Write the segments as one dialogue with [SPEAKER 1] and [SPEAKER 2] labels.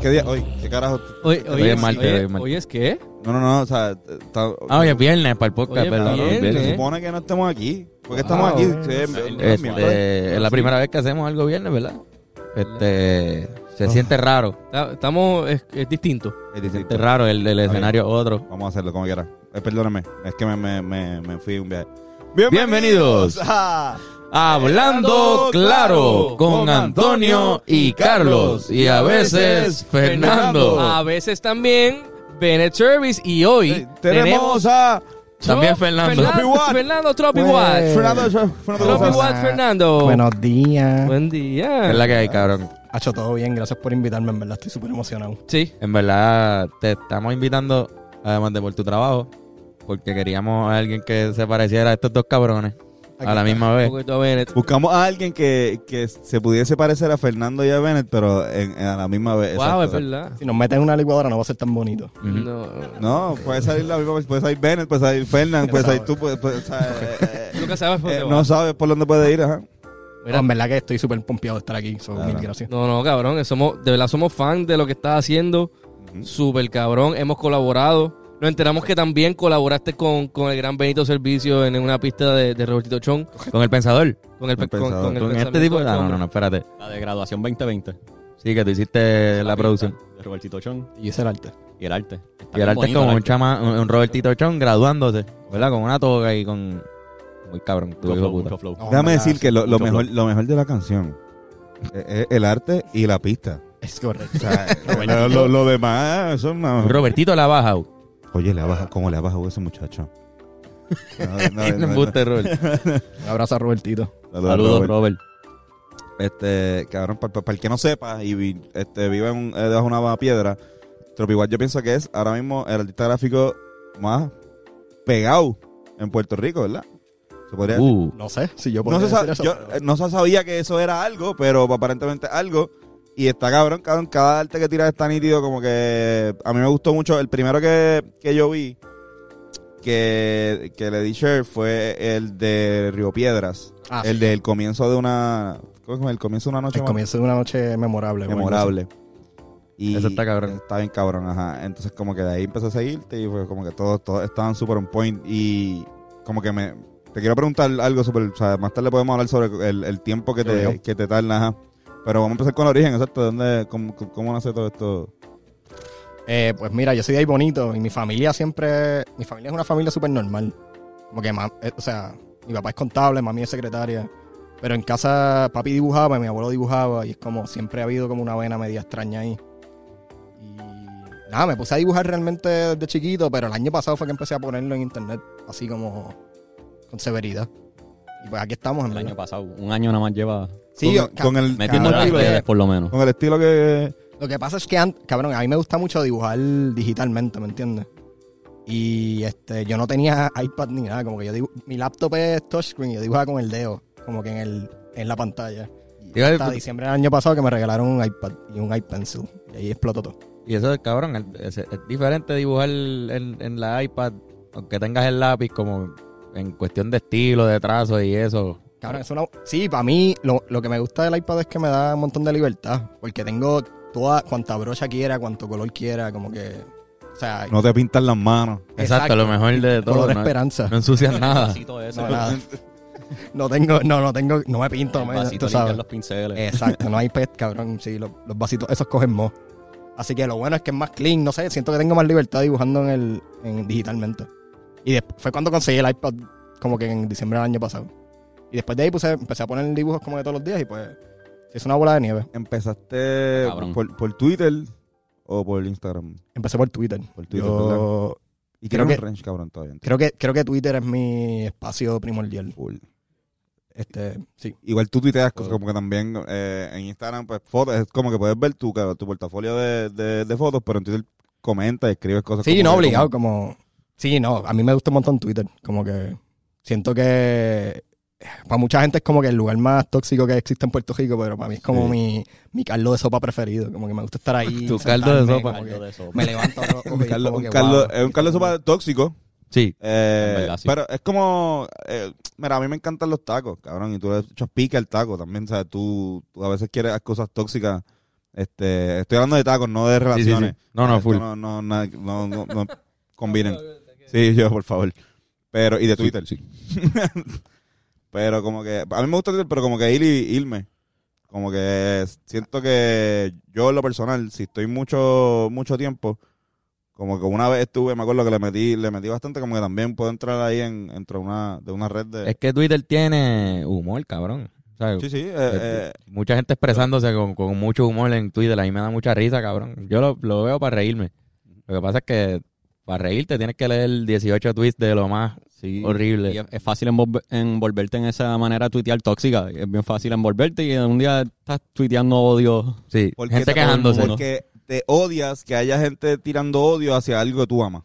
[SPEAKER 1] ¿Qué día? Hoy, ¿qué carajo?
[SPEAKER 2] Hoy, hoy
[SPEAKER 3] Hoy es martes, hoy
[SPEAKER 2] Oye,
[SPEAKER 3] es martes.
[SPEAKER 2] ¿hoy es qué?
[SPEAKER 1] No, no, no, o sea, está-
[SPEAKER 3] Ah, hoy es viernes para el podcast,
[SPEAKER 2] Oye,
[SPEAKER 3] ¿verdad?
[SPEAKER 2] viernes.
[SPEAKER 1] se
[SPEAKER 2] viernes.
[SPEAKER 1] supone que no estemos aquí. ¿Por qué
[SPEAKER 2] Wow.
[SPEAKER 1] estamos aquí? Sí,
[SPEAKER 2] Este,
[SPEAKER 1] es- es- es miércoles.
[SPEAKER 3] Este, es la primera vez que hacemos algo viernes, ¿verdad? Este, se siente raro.
[SPEAKER 2] Ta- Oh. Estamos, es, es distinto.
[SPEAKER 1] Es
[SPEAKER 3] Se
[SPEAKER 1] distinto.
[SPEAKER 3] siente raro, el, el escenario es otro.
[SPEAKER 1] Vamos a hacerlo como quiera. Eh, perdóname, es que me, me, me, me fui un viaje. Ah,
[SPEAKER 3] Bienvenidos.
[SPEAKER 1] a-
[SPEAKER 3] Hablando claro con Antonio y Carlos y a veces Fernando.
[SPEAKER 2] A veces también Bennett Service y hoy
[SPEAKER 1] Eh, Tenemos a
[SPEAKER 3] También Fernando.
[SPEAKER 1] Tropi
[SPEAKER 2] Fernando,
[SPEAKER 1] Watt.
[SPEAKER 2] Fernando Tropi
[SPEAKER 4] Pues,
[SPEAKER 2] Watt.
[SPEAKER 1] Fernando. Fernando
[SPEAKER 2] Tropi
[SPEAKER 1] González.
[SPEAKER 2] Watt, Fernando.
[SPEAKER 4] Buenos días.
[SPEAKER 2] Buen día.
[SPEAKER 3] Es la que hay, cabrón.
[SPEAKER 4] Hacho, todo bien. Gracias por invitarme. En verdad, estoy súper emocionado.
[SPEAKER 2] Sí.
[SPEAKER 3] En verdad, te estamos invitando, además de por tu trabajo, porque queríamos a alguien que se pareciera a estos dos cabrones
[SPEAKER 4] Aquí
[SPEAKER 3] a la
[SPEAKER 4] está.
[SPEAKER 3] misma
[SPEAKER 2] Un
[SPEAKER 3] vez.
[SPEAKER 2] poquito a Bennett.
[SPEAKER 1] Buscamos a alguien que, que se pudiese parecer a Fernando y a Bennett, pero en, en- a la misma vez.
[SPEAKER 2] Wow, es
[SPEAKER 1] Exacto.
[SPEAKER 2] verdad.
[SPEAKER 4] Si nos meten en una licuadora no va a ser tan bonito.
[SPEAKER 3] Ujú.
[SPEAKER 2] No.
[SPEAKER 1] No, puede salir la misma vez. Puede salir Bennett, puede salir Fernando, puede salir tú. Puede, puede- o sea, eh, eh,
[SPEAKER 2] Nunca sabes por
[SPEAKER 1] eh,
[SPEAKER 2] qué
[SPEAKER 1] no sabes por dónde puede ir, ajá.
[SPEAKER 2] Mira.
[SPEAKER 4] En verdad que estoy súper pompeado de estar aquí. So,
[SPEAKER 1] Claro.
[SPEAKER 4] Mil gracias.
[SPEAKER 2] No, no, cabrón. eh, Somos, de verdad somos fan de lo que estás haciendo. Súper cabrón. Hemos colaborado. Nos enteramos que también colaboraste con, con el gran Benito Servicio en una pista de, de Robertito Chon.
[SPEAKER 3] Con el pensador.
[SPEAKER 2] Con el,
[SPEAKER 1] Con
[SPEAKER 2] pe- con,
[SPEAKER 1] Pensador.
[SPEAKER 2] con el
[SPEAKER 3] Con
[SPEAKER 2] pensamiento
[SPEAKER 3] este tipo.
[SPEAKER 2] del
[SPEAKER 3] Ah, no,
[SPEAKER 2] hombre.
[SPEAKER 3] no, no, espérate.
[SPEAKER 5] La de graduación 2020.
[SPEAKER 3] Sí, que tú hiciste la producción.
[SPEAKER 5] De Robertito Chon
[SPEAKER 4] Y ese es el arte.
[SPEAKER 5] y el arte.
[SPEAKER 3] Y
[SPEAKER 5] Está
[SPEAKER 3] el
[SPEAKER 5] bien
[SPEAKER 3] arte es
[SPEAKER 5] bonito
[SPEAKER 3] como
[SPEAKER 5] el
[SPEAKER 3] un
[SPEAKER 5] arte.
[SPEAKER 3] chama, un un Robertito Chon graduándose, ¿verdad? Con una toga y con. Muy cabrón, tu
[SPEAKER 5] Mucho
[SPEAKER 3] hijo de
[SPEAKER 5] flow,
[SPEAKER 3] puta.
[SPEAKER 5] mucho flow.
[SPEAKER 4] No,
[SPEAKER 1] Déjame
[SPEAKER 4] en verdad,
[SPEAKER 1] decir que lo, lo
[SPEAKER 5] Mucho
[SPEAKER 1] mejor, lo mejor de la canción es- es el arte y la pista.
[SPEAKER 4] Es correcto.
[SPEAKER 1] O sea, lo, lo- lo demás son más.
[SPEAKER 3] Robertito la baja.
[SPEAKER 1] Oye, le ha bajado, ¿cómo le ha bajado ese muchacho? No, no, no, no.
[SPEAKER 3] Embuste, Robert.
[SPEAKER 4] Un abrazo a Robertito.
[SPEAKER 1] Saludos,
[SPEAKER 3] Saludos,
[SPEAKER 1] Robert.
[SPEAKER 3] Robert.
[SPEAKER 1] Este, cabrón, para el que no sepa y vi- este, vive en, un- eh, debajo de una piedra, Tropiguat yo pienso que es ahora mismo el artista gráfico más pegado en Puerto Rico, ¿verdad? Se podría decir.
[SPEAKER 3] Uh,
[SPEAKER 4] No sé si yo puedo
[SPEAKER 1] no, se
[SPEAKER 4] Pues decir
[SPEAKER 1] sa-
[SPEAKER 4] eso.
[SPEAKER 1] yo,
[SPEAKER 4] pero-
[SPEAKER 1] eh, no se sabía que eso era algo, pero aparentemente algo. Y está cabrón, cabrón, cada arte que tiras está nítido, como que a mí me gustó mucho. El primero que, que yo vi que, que le di share fue el de Río Piedras.
[SPEAKER 4] Ah,
[SPEAKER 1] eh, el
[SPEAKER 4] sí.
[SPEAKER 1] del comienzo de una... ¿Cómo es? El comienzo de una noche
[SPEAKER 4] El comienzo de una noche memorable. güey.
[SPEAKER 1] memorable. Y
[SPEAKER 3] Eso está cabrón.
[SPEAKER 1] Está bien cabrón, ajá. Entonces como que de ahí empecé a seguirte y fue como que todos, todos estaban súper on point y como que me... Te quiero preguntar algo sobre... O sea, más tarde podemos hablar sobre el, el tiempo que
[SPEAKER 4] Yo
[SPEAKER 1] te,
[SPEAKER 4] veo.
[SPEAKER 1] que te tarda, ajá. Pero vamos a empezar con el origen, exacto. ¿de ¿Dónde, cómo, cómo nace todo esto?
[SPEAKER 4] Eh, pues mira, yo soy de ahí bonito y mi familia siempre. Mi familia es una familia súper normal. Como que, mam- eh, o sea, mi papá es contable, mami es secretaria. Pero en casa, papi dibujaba y mi abuelo dibujaba y es como siempre ha habido como una vena media extraña ahí. Y nada, me puse a dibujar realmente desde chiquito, pero el año pasado fue que empecé a ponerlo en internet, así como con severidad. Y pues aquí estamos en
[SPEAKER 5] El
[SPEAKER 4] verdad.
[SPEAKER 5] año pasado, un año nada más lleva
[SPEAKER 4] Sí,
[SPEAKER 1] con,
[SPEAKER 4] yo-
[SPEAKER 1] con el,
[SPEAKER 5] metiendo
[SPEAKER 4] Cabrón,
[SPEAKER 5] las
[SPEAKER 4] yo-
[SPEAKER 5] redes, por lo menos.
[SPEAKER 1] con el estilo que...
[SPEAKER 4] Lo que pasa es que, an- cabrón, a mí me gusta mucho dibujar digitalmente, ¿me entiendes? Y este, yo no tenía iPad ni nada, como que yo dibu- mi laptop es touchscreen y yo dibujaba con el dedo, como que en, el, en la pantalla. Y
[SPEAKER 3] Digo,
[SPEAKER 4] hasta diciembre del año pasado que me regalaron un iPad y un iPencil. Y ahí explotó todo.
[SPEAKER 3] y eso es cabrón. el- Es, es diferente dibujar en, en la iPad, aunque tengas el lápiz, como en cuestión de estilo, de trazo y eso.
[SPEAKER 4] Cabrón, es una... Sí, para mí lo, lo que me gusta del iPad es que me da un montón de libertad, porque tengo toda cuanta brocha quiera, cuanto color quiera, como que... O sea,
[SPEAKER 1] No te pintan las manos.
[SPEAKER 3] Exacto, lo mejor de todo.
[SPEAKER 4] color
[SPEAKER 3] No,
[SPEAKER 4] esperanza.
[SPEAKER 3] no ensucias nada.
[SPEAKER 5] Vasito ese,
[SPEAKER 4] No, nada. No tengo, no, no tengo, no me pinto,
[SPEAKER 5] el
[SPEAKER 4] me- Eh,
[SPEAKER 5] vasito,
[SPEAKER 4] tú sabes.
[SPEAKER 5] limpiar los pinceles.
[SPEAKER 4] Exacto, no hay pet, cabrón. Sí, los, los vasitos, esos cogen mo. Así que lo bueno es que es más clean, no sé, siento que tengo más libertad dibujando en el en- digitalmente. Y después fue cuando conseguí el iPad, como que en diciembre del año pasado. Y después de ahí puse, empecé a poner dibujos como de todos los días y pues se hizo una bola de nieve.
[SPEAKER 1] ¿Empezaste
[SPEAKER 5] Cabrón.
[SPEAKER 1] por, por Twitter o por Instagram?
[SPEAKER 4] Empecé por Twitter.
[SPEAKER 1] Por Twitter,
[SPEAKER 4] Yo-
[SPEAKER 1] Y
[SPEAKER 4] Creo
[SPEAKER 1] creo que...
[SPEAKER 4] que-
[SPEAKER 1] range, cabrón, todavía.
[SPEAKER 4] creo que creo que Twitter es mi espacio primordial.
[SPEAKER 1] Full.
[SPEAKER 4] Este, sí.
[SPEAKER 1] Igual tú tuiteas cosas como que también eh, en Instagram, pues fotos, es como que puedes ver tu, claro, tu portafolio de, de, de fotos, pero en Twitter comentas, escribes cosas.
[SPEAKER 4] Sí,
[SPEAKER 1] como
[SPEAKER 4] no,
[SPEAKER 1] que-
[SPEAKER 4] obligado, como... Sí, no, a mí me gusta un montón Twitter. Como que siento que... Para mucha gente es como que el lugar más tóxico que existe en Puerto Rico, pero para mí es como
[SPEAKER 1] Sí.
[SPEAKER 4] mi, mi caldo de sopa preferido. Como que me gusta estar ahí.
[SPEAKER 3] Tu caldo de
[SPEAKER 4] sentarme, como
[SPEAKER 3] sopa.
[SPEAKER 5] Caldo
[SPEAKER 4] que
[SPEAKER 5] de sopa.
[SPEAKER 4] Me levanto.
[SPEAKER 1] Un Carlos, un Carlos, es un Carlos Sopa tóxico,
[SPEAKER 3] Sí.
[SPEAKER 1] eh,
[SPEAKER 5] En verdad, sí.
[SPEAKER 1] pero es como, eh, mira, a mí me encantan los tacos, cabrón, y tú le echas pica al taco también, o sea, tú, tú a veces quieres cosas tóxicas Este, estoy hablando de tacos, no de
[SPEAKER 3] Sí, sí, sí.
[SPEAKER 1] relaciones.
[SPEAKER 3] No, no,
[SPEAKER 1] Esto
[SPEAKER 3] full.
[SPEAKER 1] No, no, na- no, no, no combinen. Sí, yo, por favor. Pero, y de Twitter.
[SPEAKER 3] Sí.
[SPEAKER 1] Pero como que, a mí me gusta Twitter, pero como que ir y irme. Como que siento que yo en lo personal, si estoy mucho, mucho tiempo, como que una vez estuve, me acuerdo que le metí, le metí bastante, como que también puedo entrar ahí en, entre una, de una red de...
[SPEAKER 3] Es que Twitter tiene humor, cabrón. O sea,
[SPEAKER 1] Sí, sí, eh,
[SPEAKER 3] eh,
[SPEAKER 1] eh,
[SPEAKER 3] mucha gente expresándose con, con mucho humor en Twitter. A mí me da mucha risa, cabrón. Yo lo, lo veo para reírme. Lo que pasa es que para reírte tienes que leer 18 tweets de lo más
[SPEAKER 5] Sí.
[SPEAKER 3] horrible.
[SPEAKER 5] Y es, es fácil envolver- envolverte en esa manera de tuitear tóxica. Es bien fácil envolverte y un día estás tuiteando odio.
[SPEAKER 3] Sí,
[SPEAKER 1] porque
[SPEAKER 3] gente
[SPEAKER 1] te-
[SPEAKER 3] quejándose. ¿no?
[SPEAKER 1] Porque te odias que haya gente tirando odio hacia algo que tú amas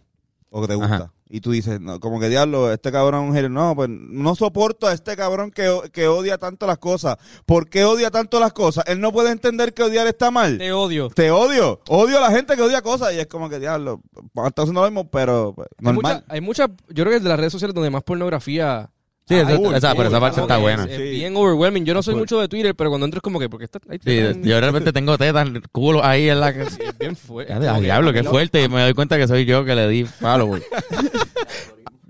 [SPEAKER 1] o que te gusta.
[SPEAKER 3] Ajá.
[SPEAKER 1] Y tú dices, no, como que diablo, este cabrón, es un genio". no, pues no soporto a este cabrón que, o- que odia tanto las cosas. ¿Por qué odia tanto las cosas? Él no puede entender que odiar está mal.
[SPEAKER 2] Te odio.
[SPEAKER 1] Te odio, odio a la gente que odia cosas y es como que diablo, pues, está haciendo lo mismo, pero pues,
[SPEAKER 2] Hay
[SPEAKER 1] normal.
[SPEAKER 2] mucha, hay mucha- yo creo que es de las redes sociales donde más pornografía.
[SPEAKER 3] Sí,
[SPEAKER 2] hay,
[SPEAKER 3] esa-
[SPEAKER 1] Uy,
[SPEAKER 3] esa- pero
[SPEAKER 1] uy,
[SPEAKER 3] esa parte
[SPEAKER 1] como
[SPEAKER 3] está
[SPEAKER 1] que
[SPEAKER 3] buena.
[SPEAKER 2] Es,
[SPEAKER 1] Sí.
[SPEAKER 2] bien overwhelming. Yo no soy
[SPEAKER 1] Full.
[SPEAKER 2] mucho de Twitter, pero cuando entro es como que, porque está ahí
[SPEAKER 3] Sí,
[SPEAKER 2] está-
[SPEAKER 3] yo de repente tengo tetas, culo ahí en la...
[SPEAKER 2] Sí, es bien fuerte.
[SPEAKER 3] Ah, diablo, qué fuerte. Y me doy cuenta que soy yo que le di follow.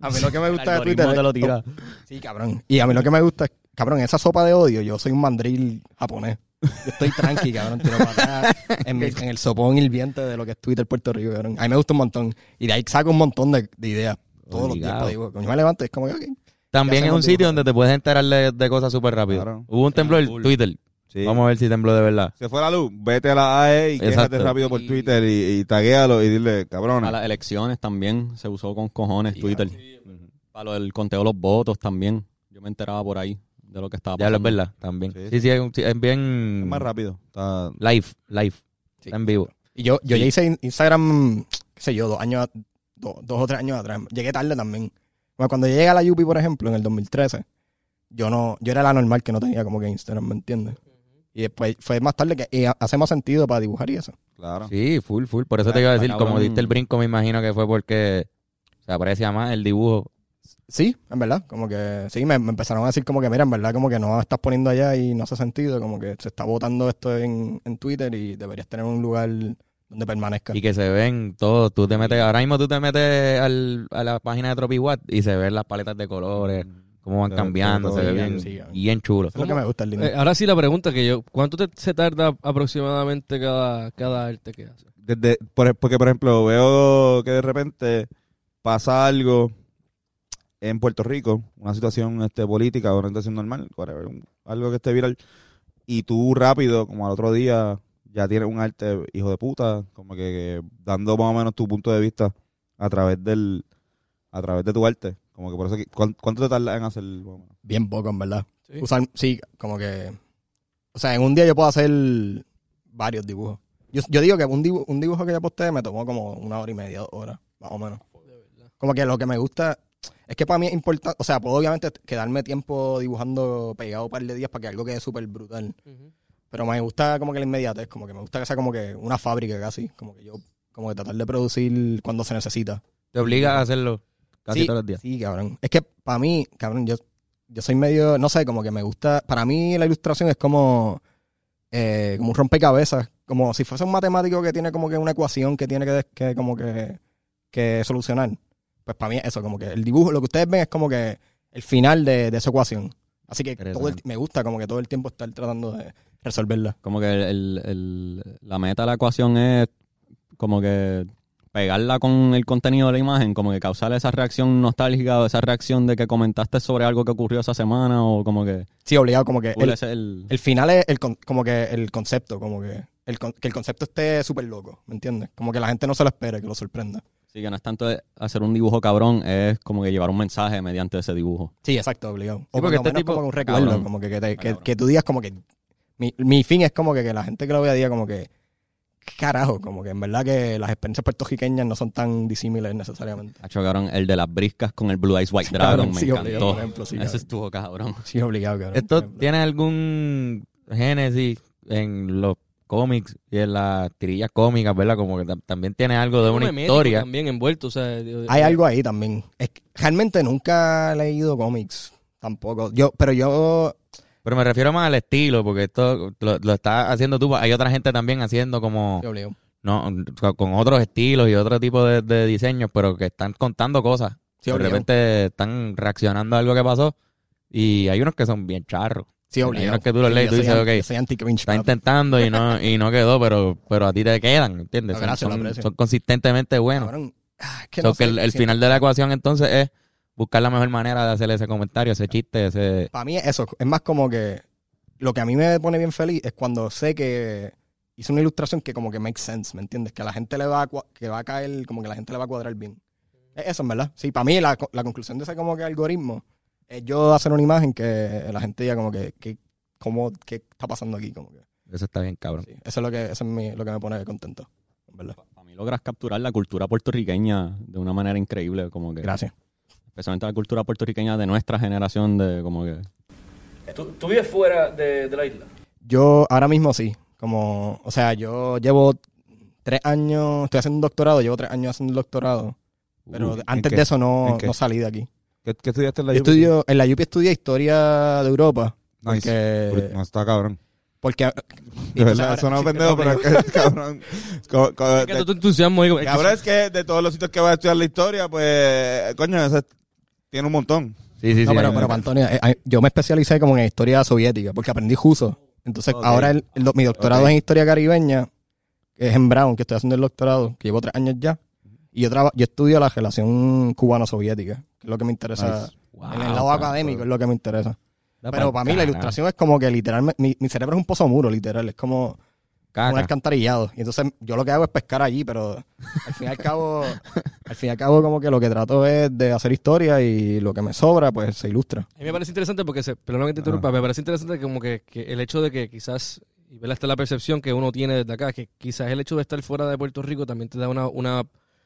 [SPEAKER 4] A mí lo que me
[SPEAKER 5] El
[SPEAKER 4] gusta de
[SPEAKER 5] algoritmo
[SPEAKER 4] Twitter. eh.
[SPEAKER 5] te
[SPEAKER 4] es-
[SPEAKER 5] lo tira.
[SPEAKER 4] Sí, cabrón. Y a mí lo que me gusta es, cabrón, esa sopa de odio. Yo soy un mandril japonés. Yo estoy tranqui, cabrón. Tiro para acá en, mi- en el sopón hirviente de lo que es Twitter Puerto Rico, cabrón. A mí me gusta un montón. Y de ahí saco un montón de, de ideas. Todos
[SPEAKER 3] Obligado.
[SPEAKER 4] los días. pues, Digo, coño, me levanto y es como que, ok.
[SPEAKER 3] También
[SPEAKER 4] ¿Qué
[SPEAKER 3] es
[SPEAKER 4] hacemos,
[SPEAKER 3] un sitio
[SPEAKER 4] tío?
[SPEAKER 3] donde te puedes enterar de, de cosas súper rápido.
[SPEAKER 1] Claro.
[SPEAKER 3] Hubo un temblor en Twitter.
[SPEAKER 1] Sí.
[SPEAKER 3] Vamos a ver si tembló de verdad.
[SPEAKER 1] Se fue la luz, vete a la AE y
[SPEAKER 3] Exacto.
[SPEAKER 1] quéjate rápido por Twitter y, y taguéalo y dile, cabrón.
[SPEAKER 5] A las elecciones también se usó con cojones Twitter. Ujú. Para lo del conteo de los votos también. Yo me enteraba por ahí de lo que estaba
[SPEAKER 3] Ya
[SPEAKER 5] pasando.
[SPEAKER 3] lo es verdad, también.
[SPEAKER 1] Sí,
[SPEAKER 3] Sí,
[SPEAKER 1] sí.
[SPEAKER 3] sí, es, un- sí, es bien...
[SPEAKER 1] Es más rápido. Está-
[SPEAKER 3] Live, live.
[SPEAKER 4] Sí.
[SPEAKER 3] Está en vivo.
[SPEAKER 4] Y yo, yo
[SPEAKER 3] Sí.
[SPEAKER 4] ya hice in- Instagram, qué sé yo, dos años, a- do- dos o tres años atrás. Llegué tarde también. Bueno, cuando llegué a la Yupi, por ejemplo, en el 2013, yo no, yo era la normal que no tenía como que Instagram, ¿me entiendes? Y después fue más tarde que y ha- hace más sentido para dibujar y eso.
[SPEAKER 1] claro.
[SPEAKER 3] Sí, full, full. Por eso te iba a
[SPEAKER 5] Está
[SPEAKER 3] decir, como
[SPEAKER 5] cabrón.
[SPEAKER 3] diste el brinco, me imagino que fue porque se aprecia más el dibujo.
[SPEAKER 4] Sí, en verdad, como que sí, me, me empezaron a decir como que, mira, en verdad, como que no estás poniendo allá y no hace sentido, como que se está votando esto en, en Twitter y deberías tener un lugar donde permanezca.
[SPEAKER 3] Y que se ven todos. Tú te metes, ahora mismo tú te metes al- a la página de TropiWatt y se ven las paletas de colores, cómo van
[SPEAKER 1] Pero-
[SPEAKER 3] cambiando, se
[SPEAKER 1] pero
[SPEAKER 3] ve
[SPEAKER 1] todo
[SPEAKER 3] bien,
[SPEAKER 4] bien, sí,
[SPEAKER 3] bien chulo.
[SPEAKER 4] Eso es lo que me gusta el dinero.
[SPEAKER 2] Eh, ahora sí la pregunta que yo, ¿cuánto te- se tarda aproximadamente cada, cada arte que haces?
[SPEAKER 1] desde por- e, porque por ejemplo veo que de repente pasa algo en Puerto Rico una situación este política o una situación normal whatever, un- algo que esté viral y tú rápido como al otro día ya tienes un arte hijo de puta como que, que dando más o menos tu punto de vista a través del a través de tu arte como que por eso que- ¿cuán- cuánto te tardas en hacer más o menos?
[SPEAKER 4] Bien poco, en verdad.
[SPEAKER 2] Sí.
[SPEAKER 4] Usar, sí, como que. O sea, en un día yo puedo hacer varios dibujos. Yo, yo digo que un, dibu- un dibujo que yo postee me tomó como una hora y media, dos horas, más o menos. Como que lo que me gusta es que para mí es importante. O sea, puedo obviamente quedarme tiempo dibujando pegado un par de días para que algo quede súper brutal. Pero me gusta como que la inmediatez, como que me gusta que sea como que una fábrica casi. Como que yo, como que tratar de producir cuando se necesita.
[SPEAKER 3] Te obliga a hacerlo casi
[SPEAKER 4] Sí,
[SPEAKER 3] todos los días.
[SPEAKER 4] Sí, cabrón. Es que para mí, cabrón, yo, yo soy medio, no sé, como que me gusta. Para mí la ilustración es como, eh, como un rompecabezas. Como si fuese un matemático que tiene como que una ecuación que tiene que, des- que como que, que solucionar. Pues para mí es eso, como que el dibujo, lo que ustedes ven es como que el final de, de esa ecuación. Así que todo el-
[SPEAKER 3] Interesante.
[SPEAKER 4] me gusta como que todo el tiempo estar tratando de resolverla.
[SPEAKER 5] Como que el- el- el- la meta de la ecuación es como que pegarla con el contenido de la imagen, como que causar esa reacción nostálgica o esa reacción de que comentaste sobre algo que ocurrió esa semana o como que...
[SPEAKER 4] Sí, obligado, como que
[SPEAKER 5] Ese
[SPEAKER 4] el,
[SPEAKER 5] es el-
[SPEAKER 4] el final es el con- como que el concepto, como que el, con- que el concepto esté súper loco, ¿me entiendes? Como que la gente no se lo espere, que lo sorprenda.
[SPEAKER 5] Sí, que no es tanto de hacer un dibujo cabrón, es como que llevar un mensaje mediante ese dibujo.
[SPEAKER 4] Sí, exacto, obligado. O
[SPEAKER 3] porque
[SPEAKER 4] por lo
[SPEAKER 3] este
[SPEAKER 4] menos
[SPEAKER 3] tipo-
[SPEAKER 4] como que un recuerdo,
[SPEAKER 5] Cabrón.
[SPEAKER 4] como que, que, te- que,
[SPEAKER 5] Cabrón.
[SPEAKER 4] que tú digas como que... Mi, mi fin es como que, que la gente que lo vea diga como que... "¿Qué Carajo, como que en verdad que las experiencias puertorriqueñas no son tan disímiles necesariamente.
[SPEAKER 5] Hacho, cabrón, el de las briscas con el Blue Eyes White Dragon,
[SPEAKER 4] Cabrón,
[SPEAKER 5] me
[SPEAKER 4] sí, obligado,
[SPEAKER 5] encantó.
[SPEAKER 4] por ejemplo, sí,
[SPEAKER 5] ese
[SPEAKER 4] cabrón.
[SPEAKER 5] estuvo cabrón.
[SPEAKER 4] Sí, obligado, cabrón.
[SPEAKER 3] ¿Esto
[SPEAKER 4] Por ejemplo.
[SPEAKER 3] tiene algún génesis en los cómics y en las tirillas cómicas, verdad? Como que tam- también tiene algo de
[SPEAKER 2] Yo me
[SPEAKER 3] una
[SPEAKER 2] meto
[SPEAKER 3] historia.
[SPEAKER 2] También envuelto, o sea, digo,
[SPEAKER 4] Hay algo ahí también. Es que realmente nunca he leído cómics, tampoco. Yo, pero yo...
[SPEAKER 3] Pero me refiero más al estilo, porque esto lo, lo estás haciendo tú. Hay otra gente también haciendo como.
[SPEAKER 4] Te obligo.
[SPEAKER 3] no con- Con otros estilos y otro tipo de, de diseños, pero que están contando cosas.
[SPEAKER 4] Sí,
[SPEAKER 3] de
[SPEAKER 4] obligado.
[SPEAKER 3] repente están reaccionando a algo que pasó. Y hay unos que son bien charros.
[SPEAKER 4] Sí,
[SPEAKER 3] Hay
[SPEAKER 4] obligado.
[SPEAKER 3] unos que tú los lees y tú
[SPEAKER 4] Sí, yo
[SPEAKER 3] dices,
[SPEAKER 4] soy
[SPEAKER 3] ok,
[SPEAKER 4] an- yo soy anti-cringe.
[SPEAKER 3] está
[SPEAKER 4] papi.
[SPEAKER 3] intentando y no, y no quedó, pero, pero a ti te quedan, ¿entiendes?
[SPEAKER 4] No,
[SPEAKER 3] Son-
[SPEAKER 4] Ah, gracias, lo
[SPEAKER 3] son,
[SPEAKER 4] aprecio.
[SPEAKER 3] son consistentemente buenos.
[SPEAKER 4] Cabrón. Ah, es que
[SPEAKER 3] So
[SPEAKER 4] no sé,
[SPEAKER 3] que el, el
[SPEAKER 4] siento-
[SPEAKER 3] final de la ecuación entonces es buscar la mejor manera de hacer ese comentario, ese chiste, ese...
[SPEAKER 4] Para mí es eso. Es más como que lo que a mí me pone bien feliz es cuando sé que hice una ilustración que como que makes sense, ¿me entiendes? Que a la gente le va a, cua- que va a caer, como que la gente le va a cuadrar bien. Es eso, en verdad. Sí, para mí la, co- la conclusión de ese como que algoritmo es yo hacer una imagen que la gente diga como que, que cómo, qué está pasando aquí, como que.
[SPEAKER 3] Eso está bien, cabrón.
[SPEAKER 4] sí. Eso es lo que, eso es mi- lo que me pone contento. en verdad.
[SPEAKER 5] Para mí logras capturar la cultura puertorriqueña de una manera increíble, como que...
[SPEAKER 4] Gracias.
[SPEAKER 5] Especialmente la cultura puertorriqueña de nuestra generación, de como que...
[SPEAKER 6] ¿Tú, tú vives fuera de, de la isla?
[SPEAKER 4] Yo ahora mismo sí. Como, o sea, yo llevo tres años, estoy haciendo un doctorado, llevo tres años haciendo un doctorado. Pero
[SPEAKER 1] Uh,
[SPEAKER 4] antes
[SPEAKER 1] ¿en qué?
[SPEAKER 4] de eso no,
[SPEAKER 1] ¿En qué?
[SPEAKER 4] no salí de aquí.
[SPEAKER 1] ¿Qué, qué estudiaste en
[SPEAKER 4] Yo
[SPEAKER 1] la UP?
[SPEAKER 4] estudio, en la UPI estudié historia de Europa.
[SPEAKER 1] Nice.
[SPEAKER 4] Porque,
[SPEAKER 1] Brut- No, está cabrón.
[SPEAKER 4] porque
[SPEAKER 1] De verdad,
[SPEAKER 4] ahora-
[SPEAKER 1] eso no
[SPEAKER 4] sí,
[SPEAKER 1] pendejo,
[SPEAKER 4] pero-
[SPEAKER 1] pero que- cabrón. Co- co-
[SPEAKER 2] Es que
[SPEAKER 1] de-
[SPEAKER 2] tú te entusiasmo, digo,
[SPEAKER 1] Cabrón, es que de todos los sitios que vas a estudiar la historia, pues, coño, eso es- tiene un montón.
[SPEAKER 3] Sí, sí,
[SPEAKER 4] No,
[SPEAKER 3] sí.
[SPEAKER 4] pero,
[SPEAKER 3] eh,
[SPEAKER 4] pero, Antonio, eh, eh, yo me especialicé como en historia soviética, porque aprendí juso. Entonces,
[SPEAKER 1] Ok.
[SPEAKER 4] ahora el- el do- mi doctorado
[SPEAKER 1] Ok.
[SPEAKER 4] es en historia caribeña, que es en Brown, que estoy haciendo el doctorado, que llevo tres años ya. Y yo, traba- yo estudio la relación cubano-soviética, que es lo que me interesa.
[SPEAKER 3] wow,
[SPEAKER 4] en el
[SPEAKER 1] Ah,
[SPEAKER 4] lado
[SPEAKER 3] cabrón.
[SPEAKER 4] académico es lo que me interesa.
[SPEAKER 5] Ah,
[SPEAKER 3] Da
[SPEAKER 4] Pero
[SPEAKER 5] pues,
[SPEAKER 4] para mí la
[SPEAKER 3] carajo.
[SPEAKER 4] ilustración es como que literalmente, mi, mi cerebro es un pozo muro, literal. Es como
[SPEAKER 3] Caca.
[SPEAKER 4] un alcantarillado. Y entonces yo lo que hago es pescar allí, pero al fin y al cabo, al fin y al cabo, como que lo que trato es de hacer historia y lo que me sobra, pues se ilustra.
[SPEAKER 2] A mí me parece interesante porque, se, perdóname que te interrumpa, me parece interesante como que, que el hecho de que quizás, y ¿verdad? esta es la percepción que uno tiene desde acá, que quizás el hecho de estar fuera de Puerto Rico también te da una, una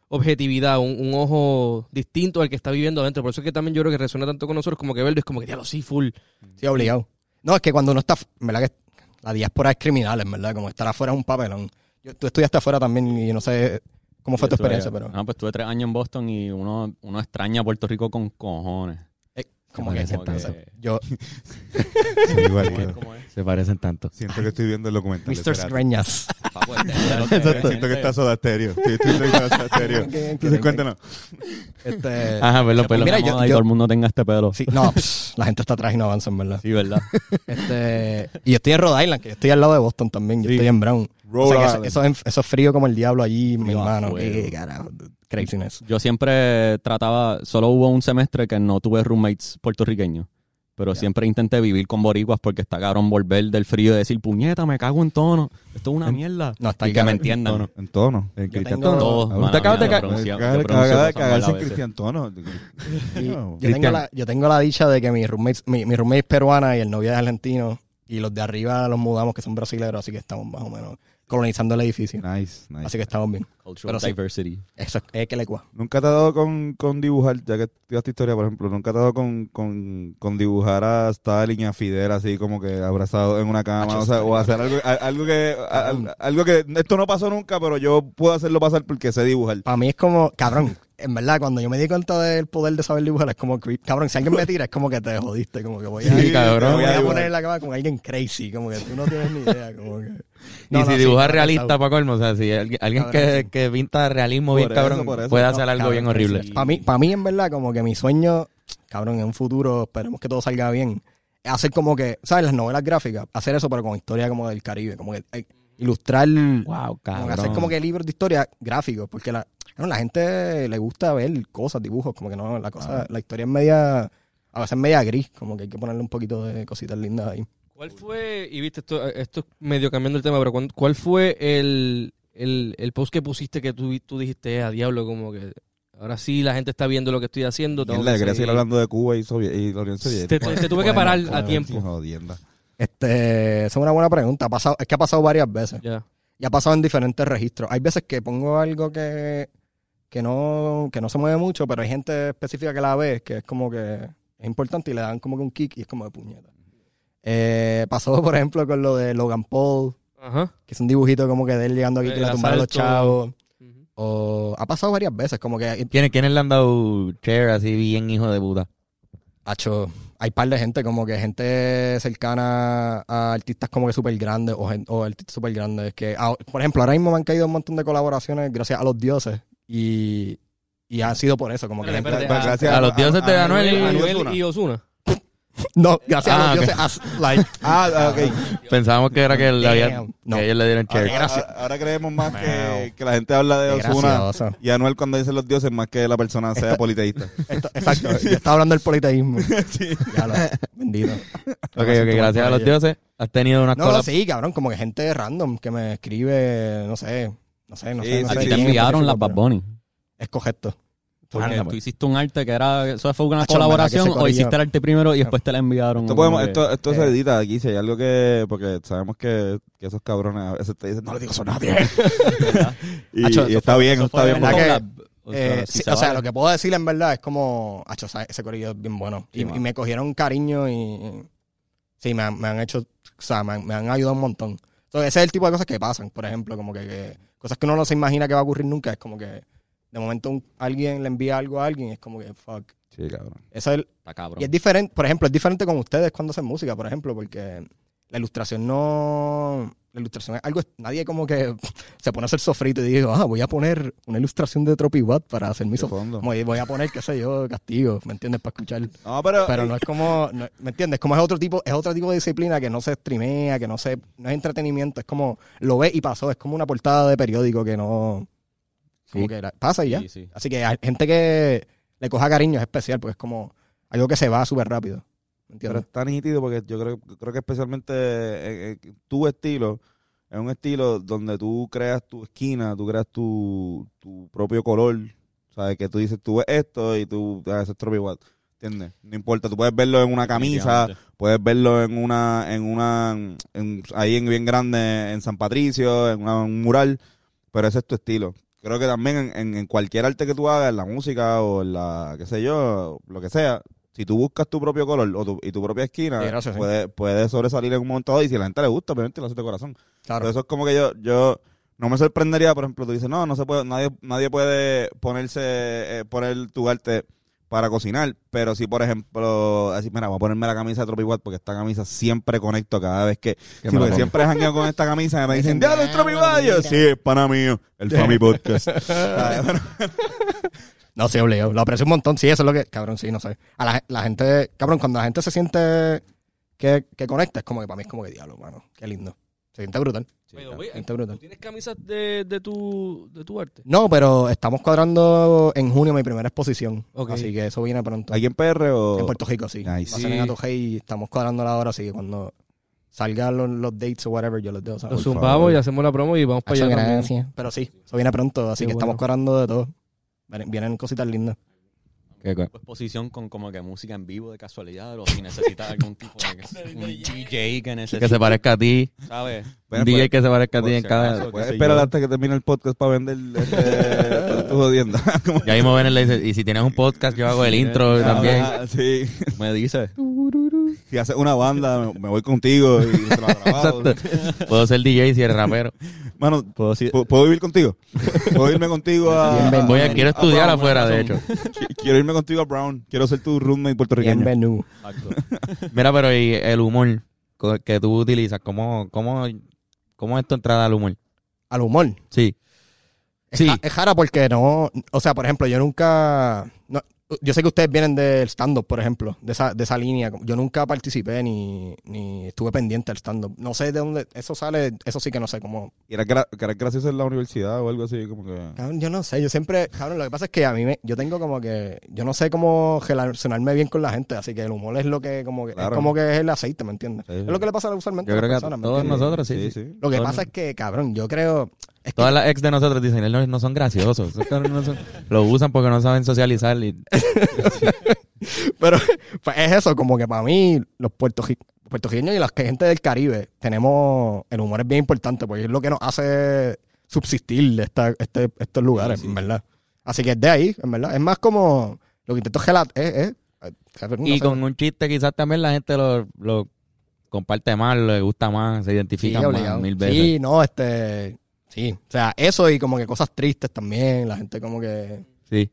[SPEAKER 2] objetividad, un, un ojo distinto al que está viviendo adentro. Por eso es que también yo creo que resuena tanto con nosotros, como que verlo es como que, diablo, sí, full.
[SPEAKER 5] Mm.
[SPEAKER 4] Sí, obligado. No, es que cuando uno está, f- en ¿verdad? Que la diáspora es criminal, en verdad. Como estar afuera es un papelón. Yo, tú estudiaste afuera también y no sé cómo fue tu
[SPEAKER 5] Estuve-
[SPEAKER 4] experiencia, pero
[SPEAKER 5] No, pues estuve tres años en Boston y uno, uno extraña a Puerto Rico con cojones.
[SPEAKER 4] eh, como que,
[SPEAKER 5] Como
[SPEAKER 4] siempre-
[SPEAKER 5] que-
[SPEAKER 4] yo,
[SPEAKER 3] Se parecen tanto.
[SPEAKER 1] Siento que estoy viendo el documental.
[SPEAKER 4] Mr. Streñas.
[SPEAKER 5] Papo, este- este lo que-
[SPEAKER 1] Siento que está soda estéreo. Estoy, estoy entrevistando a soda estéreo. Entonces, cuéntanos.
[SPEAKER 4] Este,
[SPEAKER 3] Ajá, pues pelo, pelo.
[SPEAKER 4] mira,
[SPEAKER 5] Mira,
[SPEAKER 4] yo-
[SPEAKER 5] yo,
[SPEAKER 4] yo-
[SPEAKER 5] todo el mundo tenga este pelo.
[SPEAKER 4] sí, no, pss, la gente está atrás y no avanza, en verdad.
[SPEAKER 5] Sí, ¿verdad?
[SPEAKER 4] Este, y yo estoy en Rhode Island, que yo estoy al lado de Boston también. Yo
[SPEAKER 1] Sí.
[SPEAKER 4] estoy en Brown. O sea
[SPEAKER 1] Rhode
[SPEAKER 4] que eso-
[SPEAKER 1] Island.
[SPEAKER 4] eso, es- eso es frío como el diablo allí, mi
[SPEAKER 5] Frío a
[SPEAKER 4] hermano.
[SPEAKER 5] fuego.
[SPEAKER 4] Qué carajo. Craziness.
[SPEAKER 5] Yo siempre trataba, solo hubo un semestre que no tuve roommates puertorriqueños, pero siempre intenté vivir con boricuas porque está cabrón volver del frío y decir, puñeta, me cago en tono, esto es una mierda.
[SPEAKER 4] No, está
[SPEAKER 5] y que
[SPEAKER 4] cabrón.
[SPEAKER 5] me entiendan.
[SPEAKER 1] Tono. En tono. En
[SPEAKER 4] Cristian
[SPEAKER 1] tono.
[SPEAKER 5] Todos,
[SPEAKER 1] Ah,
[SPEAKER 5] mala
[SPEAKER 1] Te acabas de
[SPEAKER 5] mía,
[SPEAKER 1] ca-
[SPEAKER 5] yo pronuncio-
[SPEAKER 1] acabas de
[SPEAKER 5] yo pronuncio
[SPEAKER 1] acabas de
[SPEAKER 5] cosas
[SPEAKER 1] cagarse en
[SPEAKER 5] mal a
[SPEAKER 1] Cristian Tono.
[SPEAKER 4] Y yo,
[SPEAKER 1] Cristian.
[SPEAKER 4] tengo la, yo tengo la dicha de que mi roommate, mi, mi roommate es peruana y el novio es argentino. Y los de arriba los mudamos, que son brasileños, así que estamos más o menos colonizando el edificio.
[SPEAKER 1] Nice, nice.
[SPEAKER 4] Así que estamos bien.
[SPEAKER 5] Cultural
[SPEAKER 4] Pero sí.
[SPEAKER 5] diversity.
[SPEAKER 4] Eso es, es que le cua.
[SPEAKER 1] Nunca te ha dado con, con dibujar, ya que estudiaste historia, por ejemplo, nunca te ha dado con, con, con dibujar a Stalin y a Fidel así como que abrazado en una cama,
[SPEAKER 4] Hacho,
[SPEAKER 1] o, sea,
[SPEAKER 4] Stalin.
[SPEAKER 1] o hacer algo, a- algo que a- a- algo que esto no pasó nunca, pero yo puedo hacerlo pasar porque sé dibujar.
[SPEAKER 4] Para mí es como, cabrón, en verdad, cuando yo me di cuenta del poder de saber dibujar, es como, creep. cabrón, si alguien me tira, es como que te jodiste, como que voy a...
[SPEAKER 3] Sí,
[SPEAKER 4] Me
[SPEAKER 3] cabrón.
[SPEAKER 4] voy
[SPEAKER 1] voy a
[SPEAKER 4] a
[SPEAKER 1] dibujar.
[SPEAKER 4] poner en la cama con alguien crazy, como que tú no tienes ni idea, como que...
[SPEAKER 3] Y
[SPEAKER 4] No, no,
[SPEAKER 3] si
[SPEAKER 4] sí,
[SPEAKER 3] dibujas
[SPEAKER 4] cabrón,
[SPEAKER 3] realista,
[SPEAKER 4] está-
[SPEAKER 3] para colmo, o sea, si alguien, alguien
[SPEAKER 4] Cabrón,
[SPEAKER 3] que, que pinta realismo
[SPEAKER 1] Por
[SPEAKER 3] bien
[SPEAKER 1] eso,
[SPEAKER 3] cabrón
[SPEAKER 1] por eso.
[SPEAKER 3] puede
[SPEAKER 1] No,
[SPEAKER 3] hacer algo
[SPEAKER 4] cabrón,
[SPEAKER 3] bien horrible.
[SPEAKER 5] sí.
[SPEAKER 4] Para mí, para mí, en verdad, como que mi sueño, cabrón, en un futuro, esperemos que todo salga bien, es hacer como que, ¿sabes? Las novelas gráficas, hacer eso, pero con historia como del Caribe, como que eh, ilustrar...
[SPEAKER 3] Wow,
[SPEAKER 4] Como
[SPEAKER 3] cabrón.
[SPEAKER 4] que hacer como que libros de historia gráficos, porque la, bueno, la gente le gusta ver cosas, dibujos, como que no, la cosa, la historia es media, a veces media gris, como que hay que ponerle un poquito de cositas lindas ahí.
[SPEAKER 2] ¿Cuál fue, y viste, esto, esto es medio cambiando el tema, pero cuán- ¿cuál fue el, el, el post que pusiste que tú, tú dijiste, eh, a diablo, como que ahora sí la gente está viendo lo que estoy haciendo? tengo
[SPEAKER 1] Mierda,
[SPEAKER 2] que
[SPEAKER 1] yo quería seguir
[SPEAKER 2] seguir"?
[SPEAKER 1] hablando de Cuba y, Sovi- y la Unión
[SPEAKER 2] Te,
[SPEAKER 1] Soviética.
[SPEAKER 2] te- te tuve que
[SPEAKER 4] Bueno,
[SPEAKER 2] parar a
[SPEAKER 4] bueno,
[SPEAKER 1] Sí,
[SPEAKER 2] Este tiempo.
[SPEAKER 1] jodienda.
[SPEAKER 4] Este, esa es una buena pregunta, ha pasado, es que ha pasado varias veces,
[SPEAKER 2] Ya.
[SPEAKER 4] y ha pasado en diferentes registros. Hay veces que pongo algo que, que no, que no se mueve mucho, pero hay gente específica que la ve, que es como que es importante y le dan como que un kick y es como de puñeta. Eh, pasó, por ejemplo, con lo de Logan Paul,
[SPEAKER 2] Ajá.
[SPEAKER 4] que es un dibujito como que de él llegando aquí que
[SPEAKER 2] El
[SPEAKER 4] la tumbaron los
[SPEAKER 2] asalto.
[SPEAKER 4] chavos. O ha pasado varias veces, como que
[SPEAKER 3] ¿Quiénes, quiénes le han dado chair así bien hijo de puta?
[SPEAKER 4] hacho, hay par de gente, como que gente cercana a artistas como que súper grandes o, gen- o artistas súper grandes. Que, ah, por ejemplo, ahora mismo me han caído un montón de colaboraciones gracias a los dioses y, y ha sido por eso, como que...
[SPEAKER 2] Espérate, espérate,
[SPEAKER 1] Pues
[SPEAKER 2] ah,
[SPEAKER 1] gracias
[SPEAKER 3] a los dioses de Anuel y-
[SPEAKER 1] Anuel
[SPEAKER 2] Anuel
[SPEAKER 1] Ozuna.
[SPEAKER 2] y Ozuna.
[SPEAKER 4] No, gracias
[SPEAKER 3] Ah,
[SPEAKER 4] a
[SPEAKER 3] ok.
[SPEAKER 4] los dioses. as- like,
[SPEAKER 1] Ah, ah, ok.
[SPEAKER 3] Pensábamos que era que, le habían-
[SPEAKER 4] Damn. No.
[SPEAKER 3] que ellos le dieron
[SPEAKER 4] Ah,
[SPEAKER 3] share.
[SPEAKER 1] Ahora-
[SPEAKER 4] Gracias.
[SPEAKER 1] Ahora, ahora creemos más que,
[SPEAKER 4] Wow.
[SPEAKER 1] que la gente habla de
[SPEAKER 4] Qué
[SPEAKER 1] Osuna
[SPEAKER 4] gracioso.
[SPEAKER 1] y Anuel cuando dicen los dioses más que la persona sea politeísta.
[SPEAKER 4] esto- exacto, yo estaba hablando del politeísmo. Ya lo, bendito.
[SPEAKER 3] Ok, ok, gracias a los dioses. Has tenido unas
[SPEAKER 4] No, no,
[SPEAKER 3] cosas.
[SPEAKER 4] sí, cabrón, como que gente random que me escribe, no sé, no sé, no
[SPEAKER 1] Sí,
[SPEAKER 4] sé. no
[SPEAKER 1] sí,
[SPEAKER 5] A
[SPEAKER 4] sé
[SPEAKER 5] ti
[SPEAKER 1] sí,
[SPEAKER 5] te
[SPEAKER 4] quién,
[SPEAKER 5] enviaron
[SPEAKER 4] no sé,
[SPEAKER 5] las Bad Bunny.
[SPEAKER 4] Es correcto.
[SPEAKER 5] Porque
[SPEAKER 3] Anda,
[SPEAKER 5] tú
[SPEAKER 3] pues.
[SPEAKER 5] hiciste un arte que era. Eso fue una
[SPEAKER 4] Acho,
[SPEAKER 5] colaboración
[SPEAKER 4] mira, que se
[SPEAKER 5] o hiciste el arte primero y después te la enviaron.
[SPEAKER 1] Esto, podemos,
[SPEAKER 5] Como que-
[SPEAKER 1] esto, esto se
[SPEAKER 4] eh.
[SPEAKER 1] edita aquí, si hay algo que... Porque sabemos que, que esos cabrones a veces te dicen, no le digo eso a nadie. y,
[SPEAKER 4] Hacho,
[SPEAKER 1] y
[SPEAKER 4] eso
[SPEAKER 1] está bien,
[SPEAKER 5] Eso
[SPEAKER 1] está
[SPEAKER 5] fue
[SPEAKER 1] bien.
[SPEAKER 4] ¿verdad
[SPEAKER 1] porque-
[SPEAKER 5] como
[SPEAKER 4] que-
[SPEAKER 5] la- o sea,
[SPEAKER 4] Eh,
[SPEAKER 5] si
[SPEAKER 4] sí,
[SPEAKER 5] se
[SPEAKER 4] o sea,
[SPEAKER 5] vale.
[SPEAKER 4] lo que puedo decirle en verdad es como, acho, ¿sabes? ese corillo es bien bueno.
[SPEAKER 5] Sí,
[SPEAKER 4] y,
[SPEAKER 5] mano.
[SPEAKER 4] y me cogieron cariño y sí, me han, me han hecho, o sea, me han, me han ayudado un montón. Entonces, ese es el tipo de cosas que pasan, por ejemplo, como que, que cosas que uno no se imagina que va a ocurrir nunca. Es como que de momento un- alguien le envía algo a alguien y es como que, fuck.
[SPEAKER 1] Sí, cabrón.
[SPEAKER 4] Eso es,
[SPEAKER 5] Está cabrón.
[SPEAKER 4] y es diferente, por ejemplo, es diferente con ustedes cuando hacen música, por ejemplo, porque la ilustración no. La ilustración es algo. Nadie como que se pone a hacer sofrito y digo, ah, voy a poner una ilustración de Tropiwatt para hacer mi
[SPEAKER 1] De
[SPEAKER 4] sofrito.
[SPEAKER 1] fondo.
[SPEAKER 4] Voy voy a poner, qué sé yo, castigo, ¿me entiendes? Para escuchar.
[SPEAKER 1] No, pero...
[SPEAKER 4] Pero no es como. no- ¿Me entiendes? Como es otro tipo, es otro tipo de disciplina que no se streamea, que no se. No es entretenimiento, es como. Lo ves y pasó. Es como una portada de periódico que no. Como
[SPEAKER 5] Sí.
[SPEAKER 4] que la- pasa y ya.
[SPEAKER 5] Sí, sí.
[SPEAKER 4] Así que hay gente que le coja cariño es especial, porque es como algo que se va súper rápido. ¿Me
[SPEAKER 1] Pero
[SPEAKER 4] entiendes?
[SPEAKER 1] está nítido porque yo creo, creo que especialmente eh, eh, tu estilo es un estilo donde tú creas tu esquina, tú creas tu, tu propio color. ¿Sabes? Que tú dices, tú ves esto y tú ah, eso es Tropi Watt. ¿Entiendes? No importa, tú puedes verlo en una camisa, puedes verlo en una, en una, en- ahí en bien grande en San Patricio, en una- un mural, pero ese es tu estilo. Creo que también en, en- en cualquier arte que tú hagas, en la música o en la, qué sé yo, lo que sea, si tú buscas tu propio color o tu- y tu propia esquina,
[SPEAKER 4] Sí, gracias, sí.
[SPEAKER 1] puedes puedes sobresalir en un momento dado y si a la gente le gusta, obviamente lo hace de corazón.
[SPEAKER 4] Claro.
[SPEAKER 1] Pero eso es como que yo, yo no me sorprendería, por ejemplo, tú dices, no, no se puede, nadie, nadie puede ponerse, eh, poner tu arte para cocinar. Pero si, por ejemplo, así, mira, voy a ponerme la camisa de Tropiwatt porque esta camisa siempre conecto cada vez que. Sí,
[SPEAKER 3] me la
[SPEAKER 1] porque
[SPEAKER 3] pongo.
[SPEAKER 1] siempre jangueo con esta camisa y me
[SPEAKER 4] dicen,
[SPEAKER 1] dicen, ¡Diablo, el Tropiwatt! Y yo,
[SPEAKER 4] mira.
[SPEAKER 1] sí, es pana mío, el Family Podcast. Ah, ¿Sabes? Pero-
[SPEAKER 4] No, sí, obligado. Lo aprecio un montón. Sí, eso es lo que. Cabrón, sí, no sé. A la, la gente. Cabrón, cuando la gente se siente que, que conecta, es como que para mí es como que diablo, mano. Qué lindo. Se siente brutal.
[SPEAKER 2] Pero, güey,
[SPEAKER 4] Se siente brutal.
[SPEAKER 2] ¿Tú tienes camisas de, de, tu, de tu arte?
[SPEAKER 4] No, pero estamos cuadrando en junio mi primera exposición.
[SPEAKER 2] Ok.
[SPEAKER 4] Así que eso viene pronto.
[SPEAKER 1] ¿Aquí en PR o.?
[SPEAKER 4] En Puerto Rico, sí.
[SPEAKER 1] Nice.
[SPEAKER 4] Va a ser en
[SPEAKER 2] Sí.
[SPEAKER 4] Atojei y estamos cuadrando la hora, así que cuando salgan los, los dates o whatever, yo los dejo saber.
[SPEAKER 2] Los
[SPEAKER 1] por
[SPEAKER 2] zumbamos
[SPEAKER 1] favor.
[SPEAKER 2] y hacemos la promo y vamos para
[SPEAKER 4] Hacho,
[SPEAKER 2] allá. también.
[SPEAKER 4] gracias. Pero sí, eso viene pronto, así
[SPEAKER 2] Qué
[SPEAKER 4] que
[SPEAKER 2] bueno.
[SPEAKER 4] estamos cuadrando de todo. Vienen, vienen cositas lindas.
[SPEAKER 3] Qué co-
[SPEAKER 5] exposición con como que música en vivo de casualidad o si necesitas algún tipo de un DJ que
[SPEAKER 3] Que se
[SPEAKER 5] necesite,
[SPEAKER 3] parezca a ti.
[SPEAKER 5] ¿sabes?
[SPEAKER 1] Bueno,
[SPEAKER 3] un DJ
[SPEAKER 1] pues,
[SPEAKER 3] que se parezca a ti
[SPEAKER 5] por
[SPEAKER 3] en
[SPEAKER 5] si
[SPEAKER 3] cada.
[SPEAKER 5] acaso.
[SPEAKER 1] Puedes
[SPEAKER 5] qué sé
[SPEAKER 1] esperar
[SPEAKER 5] yo.
[SPEAKER 1] hasta que termine el podcast para vender este, tu jodienda. Como-
[SPEAKER 3] Ya mismo ven y le dice, y si tienes un podcast, yo hago el intro también.
[SPEAKER 1] Ah, sí.
[SPEAKER 5] Me dice.
[SPEAKER 1] si haces una banda, me- me voy contigo y te lo grabamos.
[SPEAKER 3] Exacto. Puedo ser DJ si eres rapero.
[SPEAKER 1] Mano,
[SPEAKER 5] Puedo decir.
[SPEAKER 1] ¿pu- ¿puedo vivir contigo? ¿Puedo irme contigo a...
[SPEAKER 4] Bienvenido.
[SPEAKER 3] Voy a, quiero
[SPEAKER 1] pues,
[SPEAKER 5] Ah,
[SPEAKER 3] estudiar
[SPEAKER 5] por alguna
[SPEAKER 3] afuera, de hecho.
[SPEAKER 5] razón.
[SPEAKER 1] qui- Quiero irme contigo a Brown. Quiero ser tu roommate puertorriqueño.
[SPEAKER 4] Bienvenido.
[SPEAKER 5] Exacto.
[SPEAKER 3] Mira, pero y el humor co- que tú utilizas, ¿cómo, cómo, cómo es tu entrada al humor?
[SPEAKER 4] Al humor.
[SPEAKER 3] Sí.
[SPEAKER 4] Es
[SPEAKER 3] Sí.
[SPEAKER 4] ja- Ah, Es jara porque no. O sea, por ejemplo, yo nunca. no- yo sé que ustedes vienen del stand-up, por ejemplo, de esa, de esa línea. Yo nunca participé ni, ni estuve pendiente del stand-up. No sé de dónde. Eso sale. Eso sí que no sé cómo.
[SPEAKER 1] Y era, gra- que era gracioso en la universidad o algo así, como que...
[SPEAKER 4] Cabrón, yo no sé, yo siempre, cabrón, lo que pasa es que a mí me, yo tengo como que, yo no sé cómo relacionarme bien con la gente, así que el humor es lo que, como que,
[SPEAKER 1] Claro.
[SPEAKER 4] es como que es el aceite, ¿me entiendes?
[SPEAKER 1] Sí, sí.
[SPEAKER 4] Es lo que le pasa usualmente
[SPEAKER 3] Yo
[SPEAKER 4] a las
[SPEAKER 3] creo que a
[SPEAKER 4] personas, ¿me
[SPEAKER 3] todos
[SPEAKER 4] entiendes?
[SPEAKER 3] nosotros, sí. sí,
[SPEAKER 4] Lo que
[SPEAKER 3] todos
[SPEAKER 4] pasa es que, cabrón, yo creo, es que,
[SPEAKER 3] Todas las ex de nosotros dicen, no, no son graciosos. Esos cabrones no son- Lo usan porque no saben socializar. Y...
[SPEAKER 4] pero, pues es eso, como que para mí, los puertorri- puertorriqueños y la gente del Caribe, tenemos, el humor es bien importante, porque es lo que nos hace subsistir esta, este, estos lugares, en verdad. Así que es de ahí, en verdad, es más como, lo que intento gelar, es, es- cabrón, no
[SPEAKER 3] y
[SPEAKER 4] sé.
[SPEAKER 3] con un chiste quizás también la gente lo, lo comparte más, le gusta más, se identifica más
[SPEAKER 4] obligado.
[SPEAKER 3] mil veces.
[SPEAKER 4] Sí, no, este. Sí, o sea, eso y como que cosas tristes también, la gente como que.
[SPEAKER 3] Sí.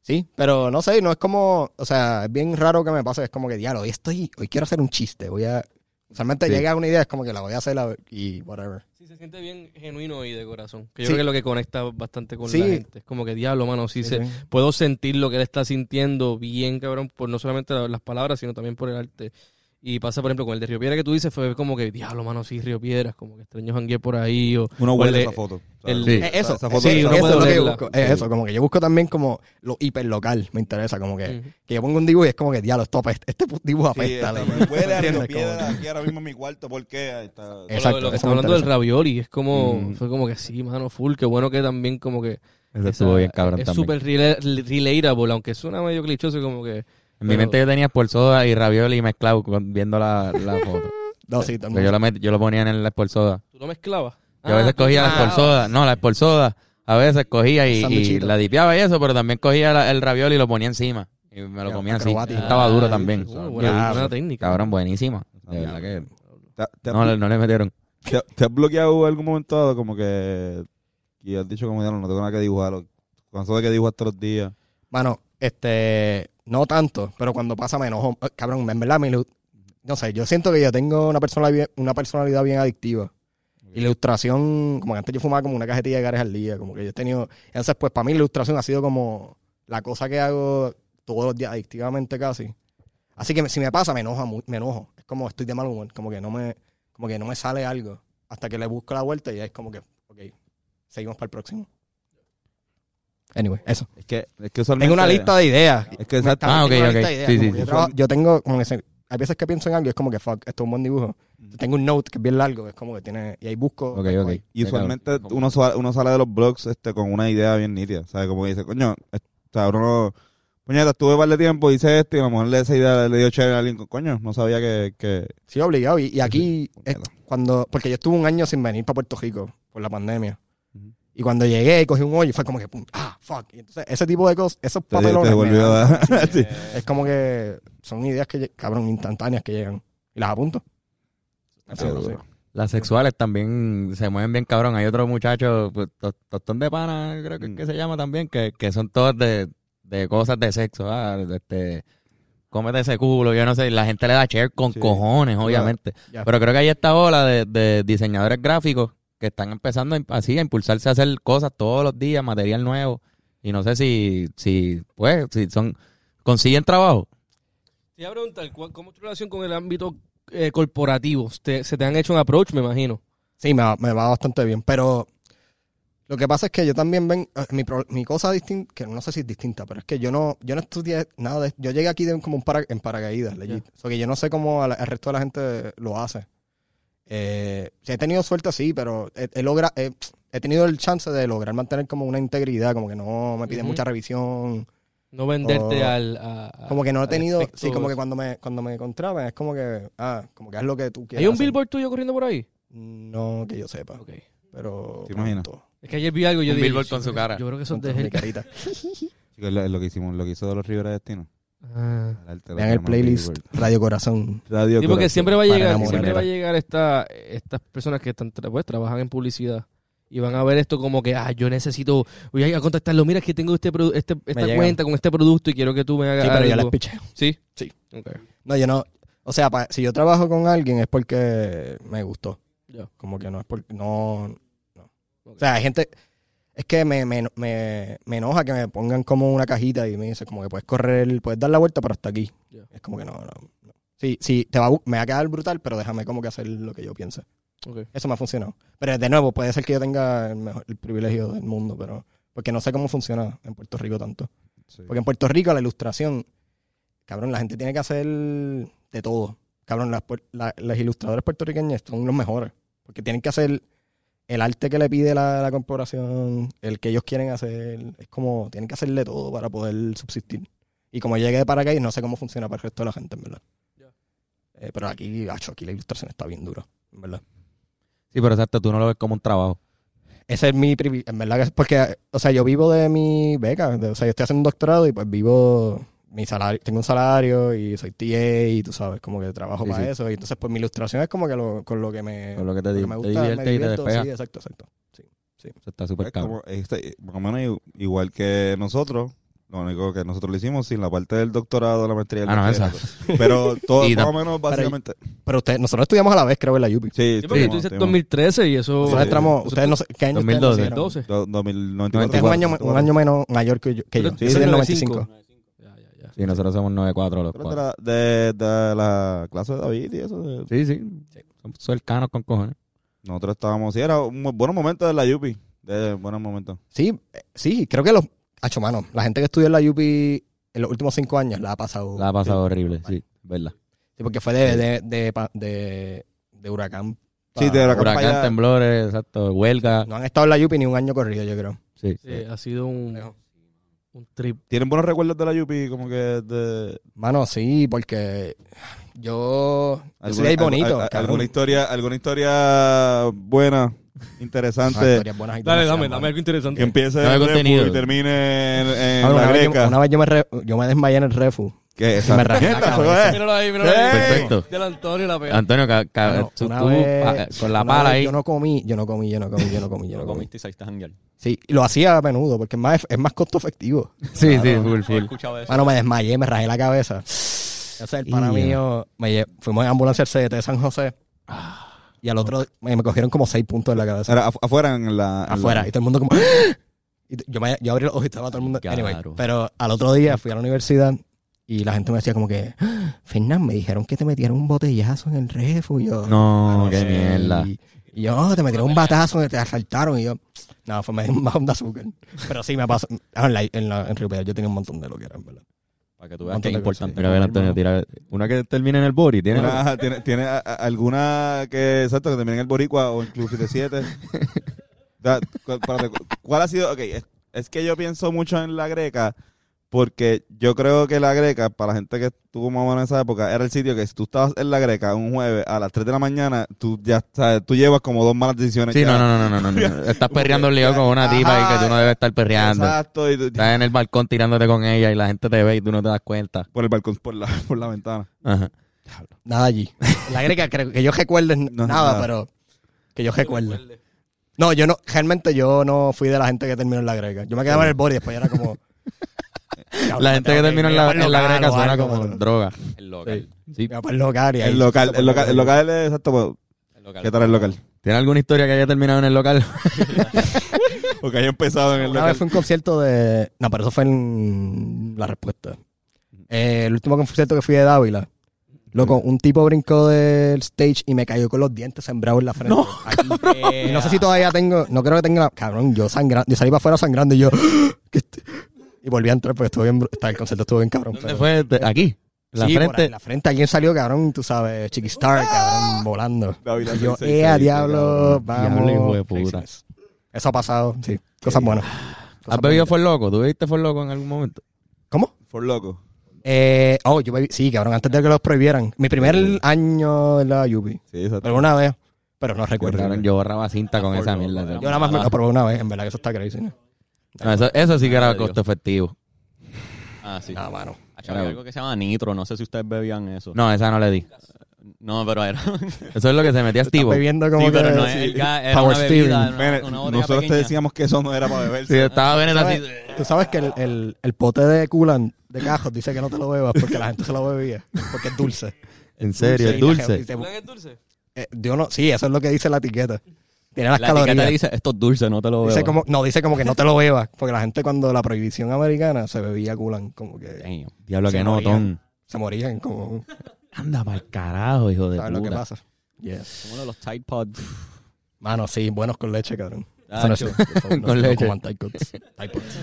[SPEAKER 4] Sí, pero no sé, no es como, o sea, es bien raro que me pase, es como que, diablo, hoy estoy, hoy quiero hacer un chiste, voy a, usualmente
[SPEAKER 3] Sí.
[SPEAKER 4] llega una idea, es como que la voy a hacer la- y whatever.
[SPEAKER 2] Sí, se siente bien genuino y de corazón. Que yo
[SPEAKER 4] Sí.
[SPEAKER 2] creo que es lo que conecta bastante con
[SPEAKER 4] Sí.
[SPEAKER 2] la gente. Es como que diablo, mano, sí, se,
[SPEAKER 4] Sí, sí.
[SPEAKER 2] puedo sentir lo que él está sintiendo bien, cabrón, por no solamente la- las palabras, sino también por el arte. Y pasa, por ejemplo, con el de Río Piedra que tú dices, fue como que, diablo, mano, sí, Río Piedras, como que extraño jangué por ahí. O,
[SPEAKER 1] Uno
[SPEAKER 2] o
[SPEAKER 1] huele
[SPEAKER 2] el
[SPEAKER 1] esa
[SPEAKER 2] de-
[SPEAKER 1] foto.
[SPEAKER 2] el-
[SPEAKER 1] ¿sabes?
[SPEAKER 3] Sí.
[SPEAKER 4] Eh, Eso,
[SPEAKER 1] Esa
[SPEAKER 4] esa
[SPEAKER 1] foto-
[SPEAKER 4] foto,
[SPEAKER 2] sí,
[SPEAKER 1] esa
[SPEAKER 2] uno
[SPEAKER 4] eso
[SPEAKER 1] foto-
[SPEAKER 4] es lo que yo
[SPEAKER 2] leerla.
[SPEAKER 4] busco. Es
[SPEAKER 1] Sí.
[SPEAKER 4] eso, como que yo busco también como lo hiperlocal, me interesa, como que,
[SPEAKER 2] Ujú.
[SPEAKER 4] que yo pongo un dibujo y es como que, diablo, esto apesta, este pu- dibujo
[SPEAKER 1] Sí,
[SPEAKER 4] apesta.
[SPEAKER 1] esta-
[SPEAKER 4] loco".
[SPEAKER 1] huele a
[SPEAKER 4] ¿Entiendes?
[SPEAKER 1] Río Piedra
[SPEAKER 4] Como que-
[SPEAKER 1] aquí ahora mismo en mi cuarto. ¿Por qué? Ahí está.
[SPEAKER 4] Eh, Exacto,
[SPEAKER 2] lo, lo
[SPEAKER 4] eso
[SPEAKER 2] que estamos
[SPEAKER 4] me
[SPEAKER 2] hablando del
[SPEAKER 4] interesa.
[SPEAKER 2] ravioli, es como,
[SPEAKER 3] Mm.
[SPEAKER 2] fue como que sí, mano, full, qué bueno que también como que...
[SPEAKER 3] Eso
[SPEAKER 2] esa-
[SPEAKER 3] estuvo bien cabrón
[SPEAKER 2] Es
[SPEAKER 3] también.
[SPEAKER 2] súper rela- relatable, aunque suena medio clichoso, como que...
[SPEAKER 3] En mi
[SPEAKER 2] pero-
[SPEAKER 3] mente yo tenía Sportsoda y ravioli mezclado con- viendo la, la foto.
[SPEAKER 4] No, sí, también.
[SPEAKER 3] Pero yo, la met- yo lo ponía en el Sportsoda.
[SPEAKER 2] ¿Tú lo mezclabas?
[SPEAKER 3] Yo a veces
[SPEAKER 2] Ah, tú
[SPEAKER 3] cogía la
[SPEAKER 2] mezclabas.
[SPEAKER 3] Sportsoda. No, la Sportsoda. A veces cogía y, y
[SPEAKER 4] Sanduchito.
[SPEAKER 3] la dipeaba y eso, pero también cogía la- el ravioli y lo ponía encima. Y me lo
[SPEAKER 4] Ya,
[SPEAKER 3] comía así.
[SPEAKER 4] acrobático.
[SPEAKER 3] Estaba duro
[SPEAKER 2] Ah,
[SPEAKER 3] también.
[SPEAKER 2] bueno,
[SPEAKER 3] Yo-
[SPEAKER 2] buena, buena
[SPEAKER 4] Cabrón.
[SPEAKER 2] técnica.
[SPEAKER 3] Cabrón, buenísima. De verdad que-
[SPEAKER 1] ¿Te- te-
[SPEAKER 3] No, le- no le metieron.
[SPEAKER 1] ¿Te, te has bloqueado algún momento dado como que... Y has dicho como, "Diablo, no tengo nada que dibujar. o, Cansado de que dibujo hasta los días.
[SPEAKER 4] Mano, este, no tanto, pero cuando pasa me enojo. Eh, Cabrón, en verdad me ilu- No sé, yo siento que yo tengo una personalidad, una personalidad bien adictiva. Ilustración, como que antes yo fumaba como una cajetilla de gares al día, como que yo he tenido... Entonces, pues para mí la ilustración ha sido como la cosa que hago todos los días, adictivamente casi. Así que si me pasa, me enoja, mu- me enojo. Es como estoy de mal humor, como que no me, como que no me sale algo. Hasta que le busco la vuelta y ya es como que, ok, seguimos para el próximo. Anyway, eso.
[SPEAKER 1] Es que, es que
[SPEAKER 4] Tengo una lista de ideas.
[SPEAKER 1] Es que exacto.
[SPEAKER 3] Este, Ah,
[SPEAKER 4] También tengo una
[SPEAKER 3] ok, ok.
[SPEAKER 4] lista de ideas,
[SPEAKER 3] Sí,
[SPEAKER 4] como
[SPEAKER 3] sí,
[SPEAKER 4] que
[SPEAKER 3] sí.
[SPEAKER 4] Yo, trabajo- yo tengo, como que se- hay veces que pienso en algo y es como que, fuck, esto es un buen dibujo. Entonces, tengo un note que es bien largo, es como que tiene, y ahí busco. pues,
[SPEAKER 3] Ok,
[SPEAKER 4] busco
[SPEAKER 3] ok.
[SPEAKER 4] ahí.
[SPEAKER 1] Y usualmente uno, sa- uno sale de los blogs este, con una idea bien nítida. ¿Sabes? Como que dice, coño, es- o sea, uno no- Puñeta, estuve un par de tiempo, hice esto y a lo mejor le- esa idea le dio chévere a alguien. co- Coño, no sabía que... que...
[SPEAKER 4] Sí, obligado. Y, y aquí, es
[SPEAKER 1] puñeta.
[SPEAKER 4] cuando, porque yo estuve un año sin venir para Puerto Rico por la pandemia.
[SPEAKER 1] Ujú.
[SPEAKER 4] Y cuando llegué, cogí un hoyo y fue como que, pum, ah, fuck. Y entonces, ese tipo de cosas, esos
[SPEAKER 1] Te, te
[SPEAKER 4] papelones. eh. me
[SPEAKER 1] volvió
[SPEAKER 4] dan-
[SPEAKER 1] a dar. Sí.
[SPEAKER 4] Es como que son ideas que, lle- cabrón, instantáneas que llegan. Y las apunto. Así,
[SPEAKER 1] Qué
[SPEAKER 4] así.
[SPEAKER 1] duro.
[SPEAKER 3] Las sexuales también se mueven bien cabrón. Hay otro muchacho, pues, to- Tostón de Pana, creo que,
[SPEAKER 1] Mm.
[SPEAKER 3] que se llama también, que, que son todos de, de cosas de sexo. Ah, este, cómete ese culo, yo no sé. La gente le da share con
[SPEAKER 1] Sí.
[SPEAKER 3] cojones, obviamente.
[SPEAKER 4] Ya.
[SPEAKER 3] Pero creo que hay esta ola de, de diseñadores gráficos que están empezando a imp- así a impulsarse a hacer cosas todos los días, material nuevo. Y no sé si, si pues, si son... Consiguen trabajo.
[SPEAKER 2] Te iba a preguntar, ¿cuál- ¿cómo es tu relación con el ámbito eh, corporativo? Te- se te han hecho un approach, me imagino.
[SPEAKER 4] Sí, me va, me va bastante bien, pero lo que pasa es que yo también ven, eh, mi, pro- mi cosa distinta, que no sé si es distinta, pero es que yo no, yo no estudié nada de Yo llegué aquí de un- como un para, en paracaídas, legit. O sea, que yo no sé cómo a la- el resto de la gente lo hace. Eh, si he tenido suerte, sí, pero he, he logra- he- he tenido el chance de lograr mantener como una integridad, como que no me piden
[SPEAKER 2] Ujú.
[SPEAKER 4] mucha revisión,
[SPEAKER 2] No venderte
[SPEAKER 4] Oh.
[SPEAKER 2] al... a- a-
[SPEAKER 4] como que no he
[SPEAKER 2] al
[SPEAKER 4] tenido,
[SPEAKER 2] aspecto-
[SPEAKER 4] sí, como que cuando me, cuando me contratan es como que, ah, como que haz lo que tú quieras.
[SPEAKER 2] ¿Hay un
[SPEAKER 4] hacer.
[SPEAKER 2] billboard tuyo corriendo por ahí?
[SPEAKER 4] No que yo sepa,
[SPEAKER 2] Ok.
[SPEAKER 4] pero...
[SPEAKER 1] ¿Te imaginas?
[SPEAKER 4] pronto.
[SPEAKER 2] Es que ayer vi algo y yo
[SPEAKER 3] Un
[SPEAKER 2] dije,
[SPEAKER 3] billboard
[SPEAKER 2] yo
[SPEAKER 3] con
[SPEAKER 2] creo
[SPEAKER 3] su
[SPEAKER 2] que-
[SPEAKER 3] cara.
[SPEAKER 2] Yo creo que eso es
[SPEAKER 4] Pronto,
[SPEAKER 2] de
[SPEAKER 4] mi carita.
[SPEAKER 1] Chicos, lo, lo que hicimos, lo que hizo de los Rivera Destino.
[SPEAKER 2] Ah.
[SPEAKER 4] Vean el playlist Radio Corazón.
[SPEAKER 1] Radio
[SPEAKER 2] Sí, porque
[SPEAKER 1] Corazón.
[SPEAKER 2] siempre va a
[SPEAKER 4] Para
[SPEAKER 2] llegar,
[SPEAKER 4] enamorar.
[SPEAKER 2] siempre va a llegar esta, estas personas que están, tra- pues, trabajan en publicidad y van a ver esto como que, ah, yo necesito, voy a ir a contactarlo, mira, es que tengo este, produ- este esta
[SPEAKER 4] llegan.
[SPEAKER 2] cuenta con este producto y quiero que tú me hagas
[SPEAKER 4] Sí, pero yo
[SPEAKER 2] algo".
[SPEAKER 4] les piché.
[SPEAKER 2] ¿Sí?
[SPEAKER 4] Sí.
[SPEAKER 2] Ok.
[SPEAKER 4] No, yo no. O sea, pa- si yo trabajo con alguien es porque me gustó.
[SPEAKER 2] Ya.
[SPEAKER 4] Como que no es porque. No. no. O sea, hay gente. Es que me, me, me, me enoja que me pongan como una cajita y me dice como que puedes correr, puedes dar la vuelta, pero hasta aquí.
[SPEAKER 2] Ya.
[SPEAKER 4] Es como que no, no. no. Sí, sí, te va a gu- me va a quedar brutal, pero déjame como que hacer lo que yo piense.
[SPEAKER 2] Ok.
[SPEAKER 4] Eso me ha funcionado. Pero de nuevo, puede ser que yo tenga el, mejor- el privilegio del mundo, pero. Porque no sé cómo funciona en Puerto Rico tanto.
[SPEAKER 1] Sí.
[SPEAKER 4] Porque en Puerto Rico la ilustración, cabrón, la gente tiene que hacer de todo. Cabrón, las, puer- la- las ilustradoras puertorriqueñas son los mejores. Porque tienen que hacer el arte que le pide la, la corporación, el que ellos quieren hacer. Es como, tienen que hacerle todo para poder subsistir. Y como llegué de paracaídas, no sé cómo funciona para el resto de la gente, en verdad.
[SPEAKER 2] Ya.
[SPEAKER 4] Eh, pero aquí, acho, aquí la ilustración está bien dura, en verdad.
[SPEAKER 3] Sí, pero exacto, tú no lo ves como un trabajo.
[SPEAKER 4] Ese es mi privilegio. En verdad que es porque, o sea, yo vivo de mi beca. de- o sea, yo estoy haciendo un doctorado y pues vivo mi salario. Tengo un salario y soy TA y tú sabes, como que trabajo
[SPEAKER 3] Sí,
[SPEAKER 4] para
[SPEAKER 3] sí.
[SPEAKER 4] eso. Y entonces, pues mi ilustración es como que lo, con lo que me,
[SPEAKER 3] Con lo que te,
[SPEAKER 4] lo
[SPEAKER 3] di-
[SPEAKER 4] que me
[SPEAKER 3] te
[SPEAKER 4] gusta. me
[SPEAKER 3] divierte y te
[SPEAKER 4] divierto.
[SPEAKER 3] despeja.
[SPEAKER 4] Sí, exacto, exacto.
[SPEAKER 3] Eso está súper
[SPEAKER 1] Pues, Es eh,
[SPEAKER 3] Pues, cabrón.
[SPEAKER 1] como, este, más o menos i- igual que nosotros, Lo único que nosotros lo hicimos sin la parte del doctorado, la maestría. el
[SPEAKER 3] Ah, no,
[SPEAKER 1] bachillerato. Pero todo
[SPEAKER 3] Y
[SPEAKER 1] más
[SPEAKER 3] tam-
[SPEAKER 1] o menos básicamente.
[SPEAKER 4] Pero usted, nosotros estudiamos a la vez, creo, en la UPI.
[SPEAKER 1] Sí,
[SPEAKER 2] Sí, porque tú dices 2013 y eso.
[SPEAKER 1] Sí.
[SPEAKER 4] Nosotros entramos, ustedes no sé, ¿qué año ustedes
[SPEAKER 3] 2012.
[SPEAKER 4] nacieron?
[SPEAKER 2] 2012.
[SPEAKER 4] Usted es un año, un año menos mayor que yo. Que yo.
[SPEAKER 2] Pero
[SPEAKER 4] Yo
[SPEAKER 1] sí,
[SPEAKER 4] soy del
[SPEAKER 2] del
[SPEAKER 4] 95.
[SPEAKER 2] Ya, ya, ya.
[SPEAKER 3] Sí, nosotros somos 9-4 los
[SPEAKER 1] De
[SPEAKER 3] cuatro.
[SPEAKER 1] la, de, de la clase de David y eso. de-
[SPEAKER 3] Sí, sí. Son cercanos con cojones.
[SPEAKER 1] Nosotros estábamos, sí, era un bu- buenos momentos de la Yupi. De buenos momentos.
[SPEAKER 4] Sí, eh, sí, creo que los... Hacho, mano, la gente que estudió en la UPI en los últimos cinco años la ha pasado.
[SPEAKER 3] La ha pasado horrible, sí, verdad.
[SPEAKER 4] Sí, porque fue de, de, de, pa- de, de huracán. pa-
[SPEAKER 1] Sí, de la
[SPEAKER 3] Huracán,
[SPEAKER 1] campaña.
[SPEAKER 3] temblores, exacto, huelga.
[SPEAKER 4] No han estado en la UPI ni un año corrido, yo creo.
[SPEAKER 3] Sí.
[SPEAKER 2] Sí, ha sido un, un trip.
[SPEAKER 1] ¿Tienen buenos recuerdos de la Yupi? Como que de.
[SPEAKER 4] Mano, sí, porque yo... yo soy
[SPEAKER 1] alguna-
[SPEAKER 4] de ahí bonito.
[SPEAKER 1] al- al-
[SPEAKER 4] cabrón.
[SPEAKER 1] alguna historia, alguna historia buena,
[SPEAKER 4] Ah,
[SPEAKER 1] interesante.
[SPEAKER 4] historias buenas hay
[SPEAKER 2] Dale,
[SPEAKER 4] demasiadas,
[SPEAKER 2] dame,
[SPEAKER 4] mano.
[SPEAKER 2] dame algo interesante.
[SPEAKER 1] que empiece
[SPEAKER 3] No hay
[SPEAKER 1] en Repu
[SPEAKER 3] contenido.
[SPEAKER 1] y termine en, en
[SPEAKER 4] Ah,
[SPEAKER 1] la
[SPEAKER 4] una, vez yo,
[SPEAKER 1] greca.
[SPEAKER 4] una vez yo me, re- yo me desmayé en el refu.
[SPEAKER 1] Que
[SPEAKER 4] me rajé la
[SPEAKER 1] Mierda,
[SPEAKER 4] cabeza.
[SPEAKER 1] eso es.
[SPEAKER 2] Míralo ahí, míralo ahí.
[SPEAKER 3] Perfecto.
[SPEAKER 2] Del Antonio la pega.
[SPEAKER 3] Antonio, ca- ca-
[SPEAKER 4] Mano,
[SPEAKER 3] tú-
[SPEAKER 4] una
[SPEAKER 3] tú,
[SPEAKER 4] vez-
[SPEAKER 3] ah, con la
[SPEAKER 4] una
[SPEAKER 3] pala
[SPEAKER 4] vez
[SPEAKER 3] ahí.
[SPEAKER 4] Yo no comí, yo no comí, yo no comí, yo no comí, yo no
[SPEAKER 5] Lo
[SPEAKER 4] comí.
[SPEAKER 5] comiste y saliste a janguear.
[SPEAKER 4] Sí, y lo hacía a menudo porque es más, es más costo efectivo.
[SPEAKER 3] Sí, sí, full,
[SPEAKER 5] He
[SPEAKER 3] full.
[SPEAKER 5] escuchado eso.
[SPEAKER 4] Mano, me desmayé, me rajé la cabeza. Ese es el pana
[SPEAKER 3] Y-
[SPEAKER 4] mío. Me lle- fuimos en ambulancia al CDT de San José. Y al otro me, me cogieron como seis puntos en la cabeza.
[SPEAKER 1] Era afu- afuera en la. en la-
[SPEAKER 4] afuera. Y todo el mundo como... Y t- yo, me- yo abrí los ojos y estaba todo el mundo... Anyway,
[SPEAKER 3] Claro.
[SPEAKER 4] pero al otro día fui a la universidad y la gente me decía como que... "Ah, Fernán, me dijeron que te metieron un botellazo en el refugio.
[SPEAKER 1] Ah,
[SPEAKER 3] No, qué
[SPEAKER 4] Sí.
[SPEAKER 3] mierda.
[SPEAKER 4] Y yo, "Oh, te metieron un batazo, te asaltaron. Y yo, no, fue me- un bajón de azúcar. Pero sí me pasó. Ah, en, la, en, la- en Río Piedras yo tenía un montón de lo que era, en verdad.
[SPEAKER 5] Para que tú veas
[SPEAKER 4] Montón
[SPEAKER 5] que es
[SPEAKER 4] de
[SPEAKER 5] importante.
[SPEAKER 3] Mira, este a ver, Antonio, tira. Una que termina en el body, tiene.
[SPEAKER 1] Una- ¿Tiene, tiene a- a- alguna que exacto que termine en el Boricua o incluso 77? O sea, cu- espérate, cu- ¿Cuál ha sido? Ok, es, es que yo pienso mucho en la Greca porque yo creo que la Greca, para la gente que estuvo más o menos en esa época, era el sitio que si tú estabas en la Greca un jueves a las 3 de la mañana, tú ya sabes, tú llevas como dos malas decisiones.
[SPEAKER 3] Sí,
[SPEAKER 1] ya.
[SPEAKER 3] no, no, no, no, no, no, no. Estás perreando un lío con una
[SPEAKER 1] Ajá.
[SPEAKER 3] tipa y que tú no debes estar perreando.
[SPEAKER 1] Exacto, y tú-
[SPEAKER 3] Estás en el balcón tirándote con ella y la gente te ve y tú no te das cuenta.
[SPEAKER 1] por el balcón, por la, por la ventana.
[SPEAKER 3] Ajá.
[SPEAKER 4] Nada allí. La greca, creo que yo recuerde n-
[SPEAKER 1] No,
[SPEAKER 4] nada,
[SPEAKER 1] nada.
[SPEAKER 4] pero que yo recuerde. No, yo no, realmente yo no fui de la gente que terminó en la greca. Yo me quedaba en el body y después ya era como.
[SPEAKER 3] La gente que termina en la, en la greca suena como
[SPEAKER 4] El
[SPEAKER 3] droga.
[SPEAKER 5] El local.
[SPEAKER 3] Sí.
[SPEAKER 4] para el local y ahí-
[SPEAKER 1] El local, el local, el local es exacto. pues,
[SPEAKER 5] El local.
[SPEAKER 1] ¿Qué tal el local?
[SPEAKER 3] ¿Tiene alguna historia que haya terminado en el local?
[SPEAKER 1] Porque haya empezado en el
[SPEAKER 4] Una
[SPEAKER 1] local.
[SPEAKER 4] vez fue un concierto de. No, pero eso fue en la respuesta. Eh, el último concierto que fui de Dávila. Loco, un tipo brincó del stage y me cayó con los dientes sembrados en la frente. Aquí. Y no sé si todavía tengo. No creo que tenga. Cabrón, yo sangrando. Yo salí para afuera sangrando y yo. ¿qué este- Y volví a entrar porque estuvo bien. bru- está, El concierto estuvo bien cabrón.
[SPEAKER 3] ¿Dónde
[SPEAKER 4] pero-
[SPEAKER 3] fue? Te- Aquí. En la
[SPEAKER 4] Sí, por ahí,
[SPEAKER 3] frente.
[SPEAKER 4] en la frente alguien salió, cabrón, tú sabes, Chiqui
[SPEAKER 3] ¡Ah!
[SPEAKER 4] Star, cabrón, volando.
[SPEAKER 1] Dávila
[SPEAKER 4] Y yo,
[SPEAKER 1] 666,
[SPEAKER 4] ¡eh, a diablo!
[SPEAKER 1] cabrón.
[SPEAKER 4] Vamos.
[SPEAKER 3] Diablo, hijo de puta. Eh, ah,
[SPEAKER 4] Eso ha pasado, sí. Cosas buenas.
[SPEAKER 3] ¿Has
[SPEAKER 4] Cosas
[SPEAKER 3] bebido
[SPEAKER 4] bonitas.
[SPEAKER 3] For Loco? ¿Tú bebiste For Loco en algún momento?
[SPEAKER 4] ¿Cómo?
[SPEAKER 1] Por loco.
[SPEAKER 4] Eh, oh, yo bebí- sí, cabrón, antes de que los prohibieran. Mi primer año en la UPI.
[SPEAKER 1] Sí, exacto.
[SPEAKER 4] Pero una vez, pero no recuerdo.
[SPEAKER 3] Cabrón, yo borraba cinta con esa mierda.
[SPEAKER 4] Yo nada más
[SPEAKER 5] Ah.
[SPEAKER 4] me lo probé una vez, en verdad que eso está crazy, ¿no?
[SPEAKER 3] No, eso, eso sí que era
[SPEAKER 5] Madre
[SPEAKER 3] costo efectivo.
[SPEAKER 5] Ah, sí.
[SPEAKER 4] Nada, mano.
[SPEAKER 5] Hacho, había algo que se llama nitro. No sé si ustedes bebían eso.
[SPEAKER 3] No, esa no le di.
[SPEAKER 5] No, pero era. sí,
[SPEAKER 3] Eso es lo que se metía Steve.
[SPEAKER 4] Bebiendo como que-
[SPEAKER 5] pero no es
[SPEAKER 4] sí.
[SPEAKER 5] el gas. Era
[SPEAKER 4] Power
[SPEAKER 5] una
[SPEAKER 4] Steering.
[SPEAKER 5] bebida. una-
[SPEAKER 1] Mire,
[SPEAKER 5] Ah, una botella
[SPEAKER 1] nosotros
[SPEAKER 5] pequeña.
[SPEAKER 1] te decíamos que eso no era para
[SPEAKER 3] Sí,
[SPEAKER 1] beberse.
[SPEAKER 3] estaba bien así.
[SPEAKER 4] ¿Sabes? Tú sabes que el, el- el pote de culan de cajos dice que no te lo bebas porque la gente se lo bebía, porque es dulce.
[SPEAKER 3] En serio, es dulce.
[SPEAKER 4] Dice,
[SPEAKER 2] ¿Plan es dulce?
[SPEAKER 4] eh, yo no, sí, eso es lo que dice la etiqueta. Tiene las
[SPEAKER 5] La etiqueta
[SPEAKER 4] calorías.
[SPEAKER 5] dice, esto es dulce, no te lo
[SPEAKER 4] Dice
[SPEAKER 5] bebas.
[SPEAKER 4] como, no, dice como que no te lo bebas, porque la gente cuando la prohibición americana se bebía culan, como que
[SPEAKER 5] Damn.
[SPEAKER 3] Diablo,
[SPEAKER 4] Se
[SPEAKER 3] que
[SPEAKER 4] morían.
[SPEAKER 3] notón.
[SPEAKER 4] se morían, como,
[SPEAKER 3] Anda pa'l carajo, hijo de
[SPEAKER 4] ¿sabes lo que
[SPEAKER 3] puta.
[SPEAKER 4] pasa? Yes.
[SPEAKER 5] Como uno de los Tide Pods.
[SPEAKER 4] Mano, sí, buenos con leche, cabrón.
[SPEAKER 5] Ah,
[SPEAKER 4] Eso no es
[SPEAKER 5] yo-
[SPEAKER 4] cierto, eso no
[SPEAKER 3] con
[SPEAKER 4] es
[SPEAKER 3] leche.
[SPEAKER 4] como anticots. Anticots.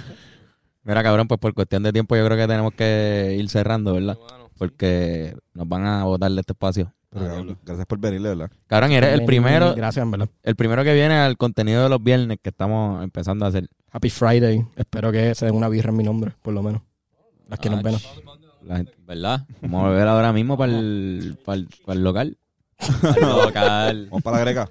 [SPEAKER 3] Mira, cabrón, pues por cuestión de tiempo yo creo que tenemos que ir cerrando, ¿verdad? Porque nos van a botar de este espacio.
[SPEAKER 1] Pero, cabrón, gracias por venirle, ¿verdad?
[SPEAKER 3] Cabrón, eres el primero,
[SPEAKER 4] Gracias, en verdad.
[SPEAKER 3] el primero que viene al contenido de los viernes que estamos empezando a hacer.
[SPEAKER 4] Happy Friday. Espero que se den una birra en mi nombre, por lo menos. Las que nos
[SPEAKER 5] Ah,
[SPEAKER 4] ven.
[SPEAKER 3] La gente-
[SPEAKER 5] ¿Verdad?
[SPEAKER 3] Vamos a beber ahora mismo para el, local.
[SPEAKER 5] Al local.
[SPEAKER 1] Vamos para la greca.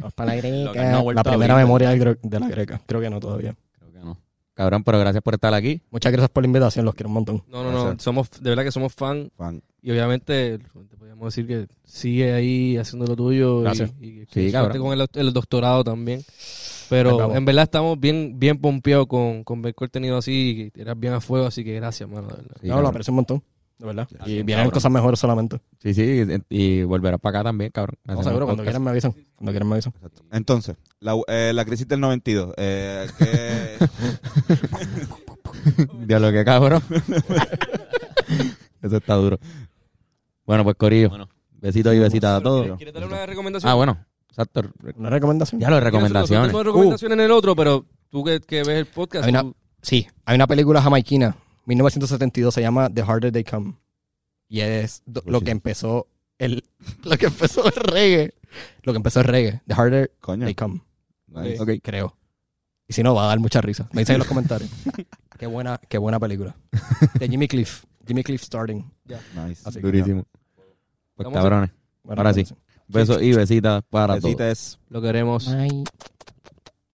[SPEAKER 4] Vamos para la
[SPEAKER 5] Lo que no ha
[SPEAKER 4] greca. la
[SPEAKER 5] vuelto a
[SPEAKER 4] primera
[SPEAKER 5] abrir,
[SPEAKER 4] memoria del gre- de la greca. Creo que no todavía.
[SPEAKER 5] Creo que no.
[SPEAKER 3] Cabrón, pero gracias por estar aquí.
[SPEAKER 4] Muchas gracias por la invitación, los quiero un montón.
[SPEAKER 2] No, no, no. Somos, de verdad que somos fan
[SPEAKER 1] Fan.
[SPEAKER 2] y obviamente te podríamos decir que sigue ahí haciendo lo tuyo. y-
[SPEAKER 4] Gracias.
[SPEAKER 2] Y, y que
[SPEAKER 3] Sí,
[SPEAKER 2] suerte
[SPEAKER 3] cabrón.
[SPEAKER 2] con el, el doctorado también. Pero
[SPEAKER 4] Acabó.
[SPEAKER 2] en verdad estamos bien, bien pompeados con, con ver contenido así. y Eras bien a fuego, así que gracias, mano. de verdad.
[SPEAKER 3] Sí,
[SPEAKER 4] no, lo aprecio un montón. De verdad.
[SPEAKER 3] Así
[SPEAKER 4] Y
[SPEAKER 3] es,
[SPEAKER 4] vienen
[SPEAKER 3] cabrón.
[SPEAKER 4] cosas mejores solamente.
[SPEAKER 3] Sí, sí, y, y volverás para acá también, cabrón.
[SPEAKER 4] No,
[SPEAKER 3] Hacemos
[SPEAKER 4] seguro, cuando
[SPEAKER 3] podcast.
[SPEAKER 4] quieran me avisan. Cuando quieran me avisan.
[SPEAKER 1] Entonces, la, eh, la crisis del 92. Eh, ¿qué-
[SPEAKER 3] De lo que cabrón. Eso está duro. Bueno, pues Corillo.
[SPEAKER 5] Bueno.
[SPEAKER 3] Besitos y besitas a todos.
[SPEAKER 2] ¿Quieres darle una recomendación?
[SPEAKER 3] Ah, bueno. Exacto.
[SPEAKER 4] ¿Una recomendación?
[SPEAKER 3] Ya lo de recomendaciones.
[SPEAKER 2] Nosotros tenemos
[SPEAKER 4] Uh,
[SPEAKER 2] recomendaciones en el otro, pero tú que, que ves el podcast.
[SPEAKER 4] Hay una-
[SPEAKER 2] tú-
[SPEAKER 4] Sí, hay una película jamaiquina, 1972, se llama The Harder They Come. Y es do- lo que empezó el lo que empezó el reggae. Lo que empezó el reggae, The Harder
[SPEAKER 1] Coño.
[SPEAKER 4] They Come,
[SPEAKER 1] nice.
[SPEAKER 3] Ok.
[SPEAKER 4] creo. Y si no, va a dar mucha risa. Me dicen en los comentarios. qué buena, qué buena película. De Jimmy Cliff. Jimmy Cliff Starting.
[SPEAKER 1] Nice.
[SPEAKER 4] Así que
[SPEAKER 3] Durísimo. Pues
[SPEAKER 2] Vamos a-
[SPEAKER 3] cabrones.
[SPEAKER 4] Bueno,
[SPEAKER 3] Ahora sí. Besos y besitas para todos.
[SPEAKER 1] Besitos.
[SPEAKER 2] lo queremos.
[SPEAKER 4] Bye.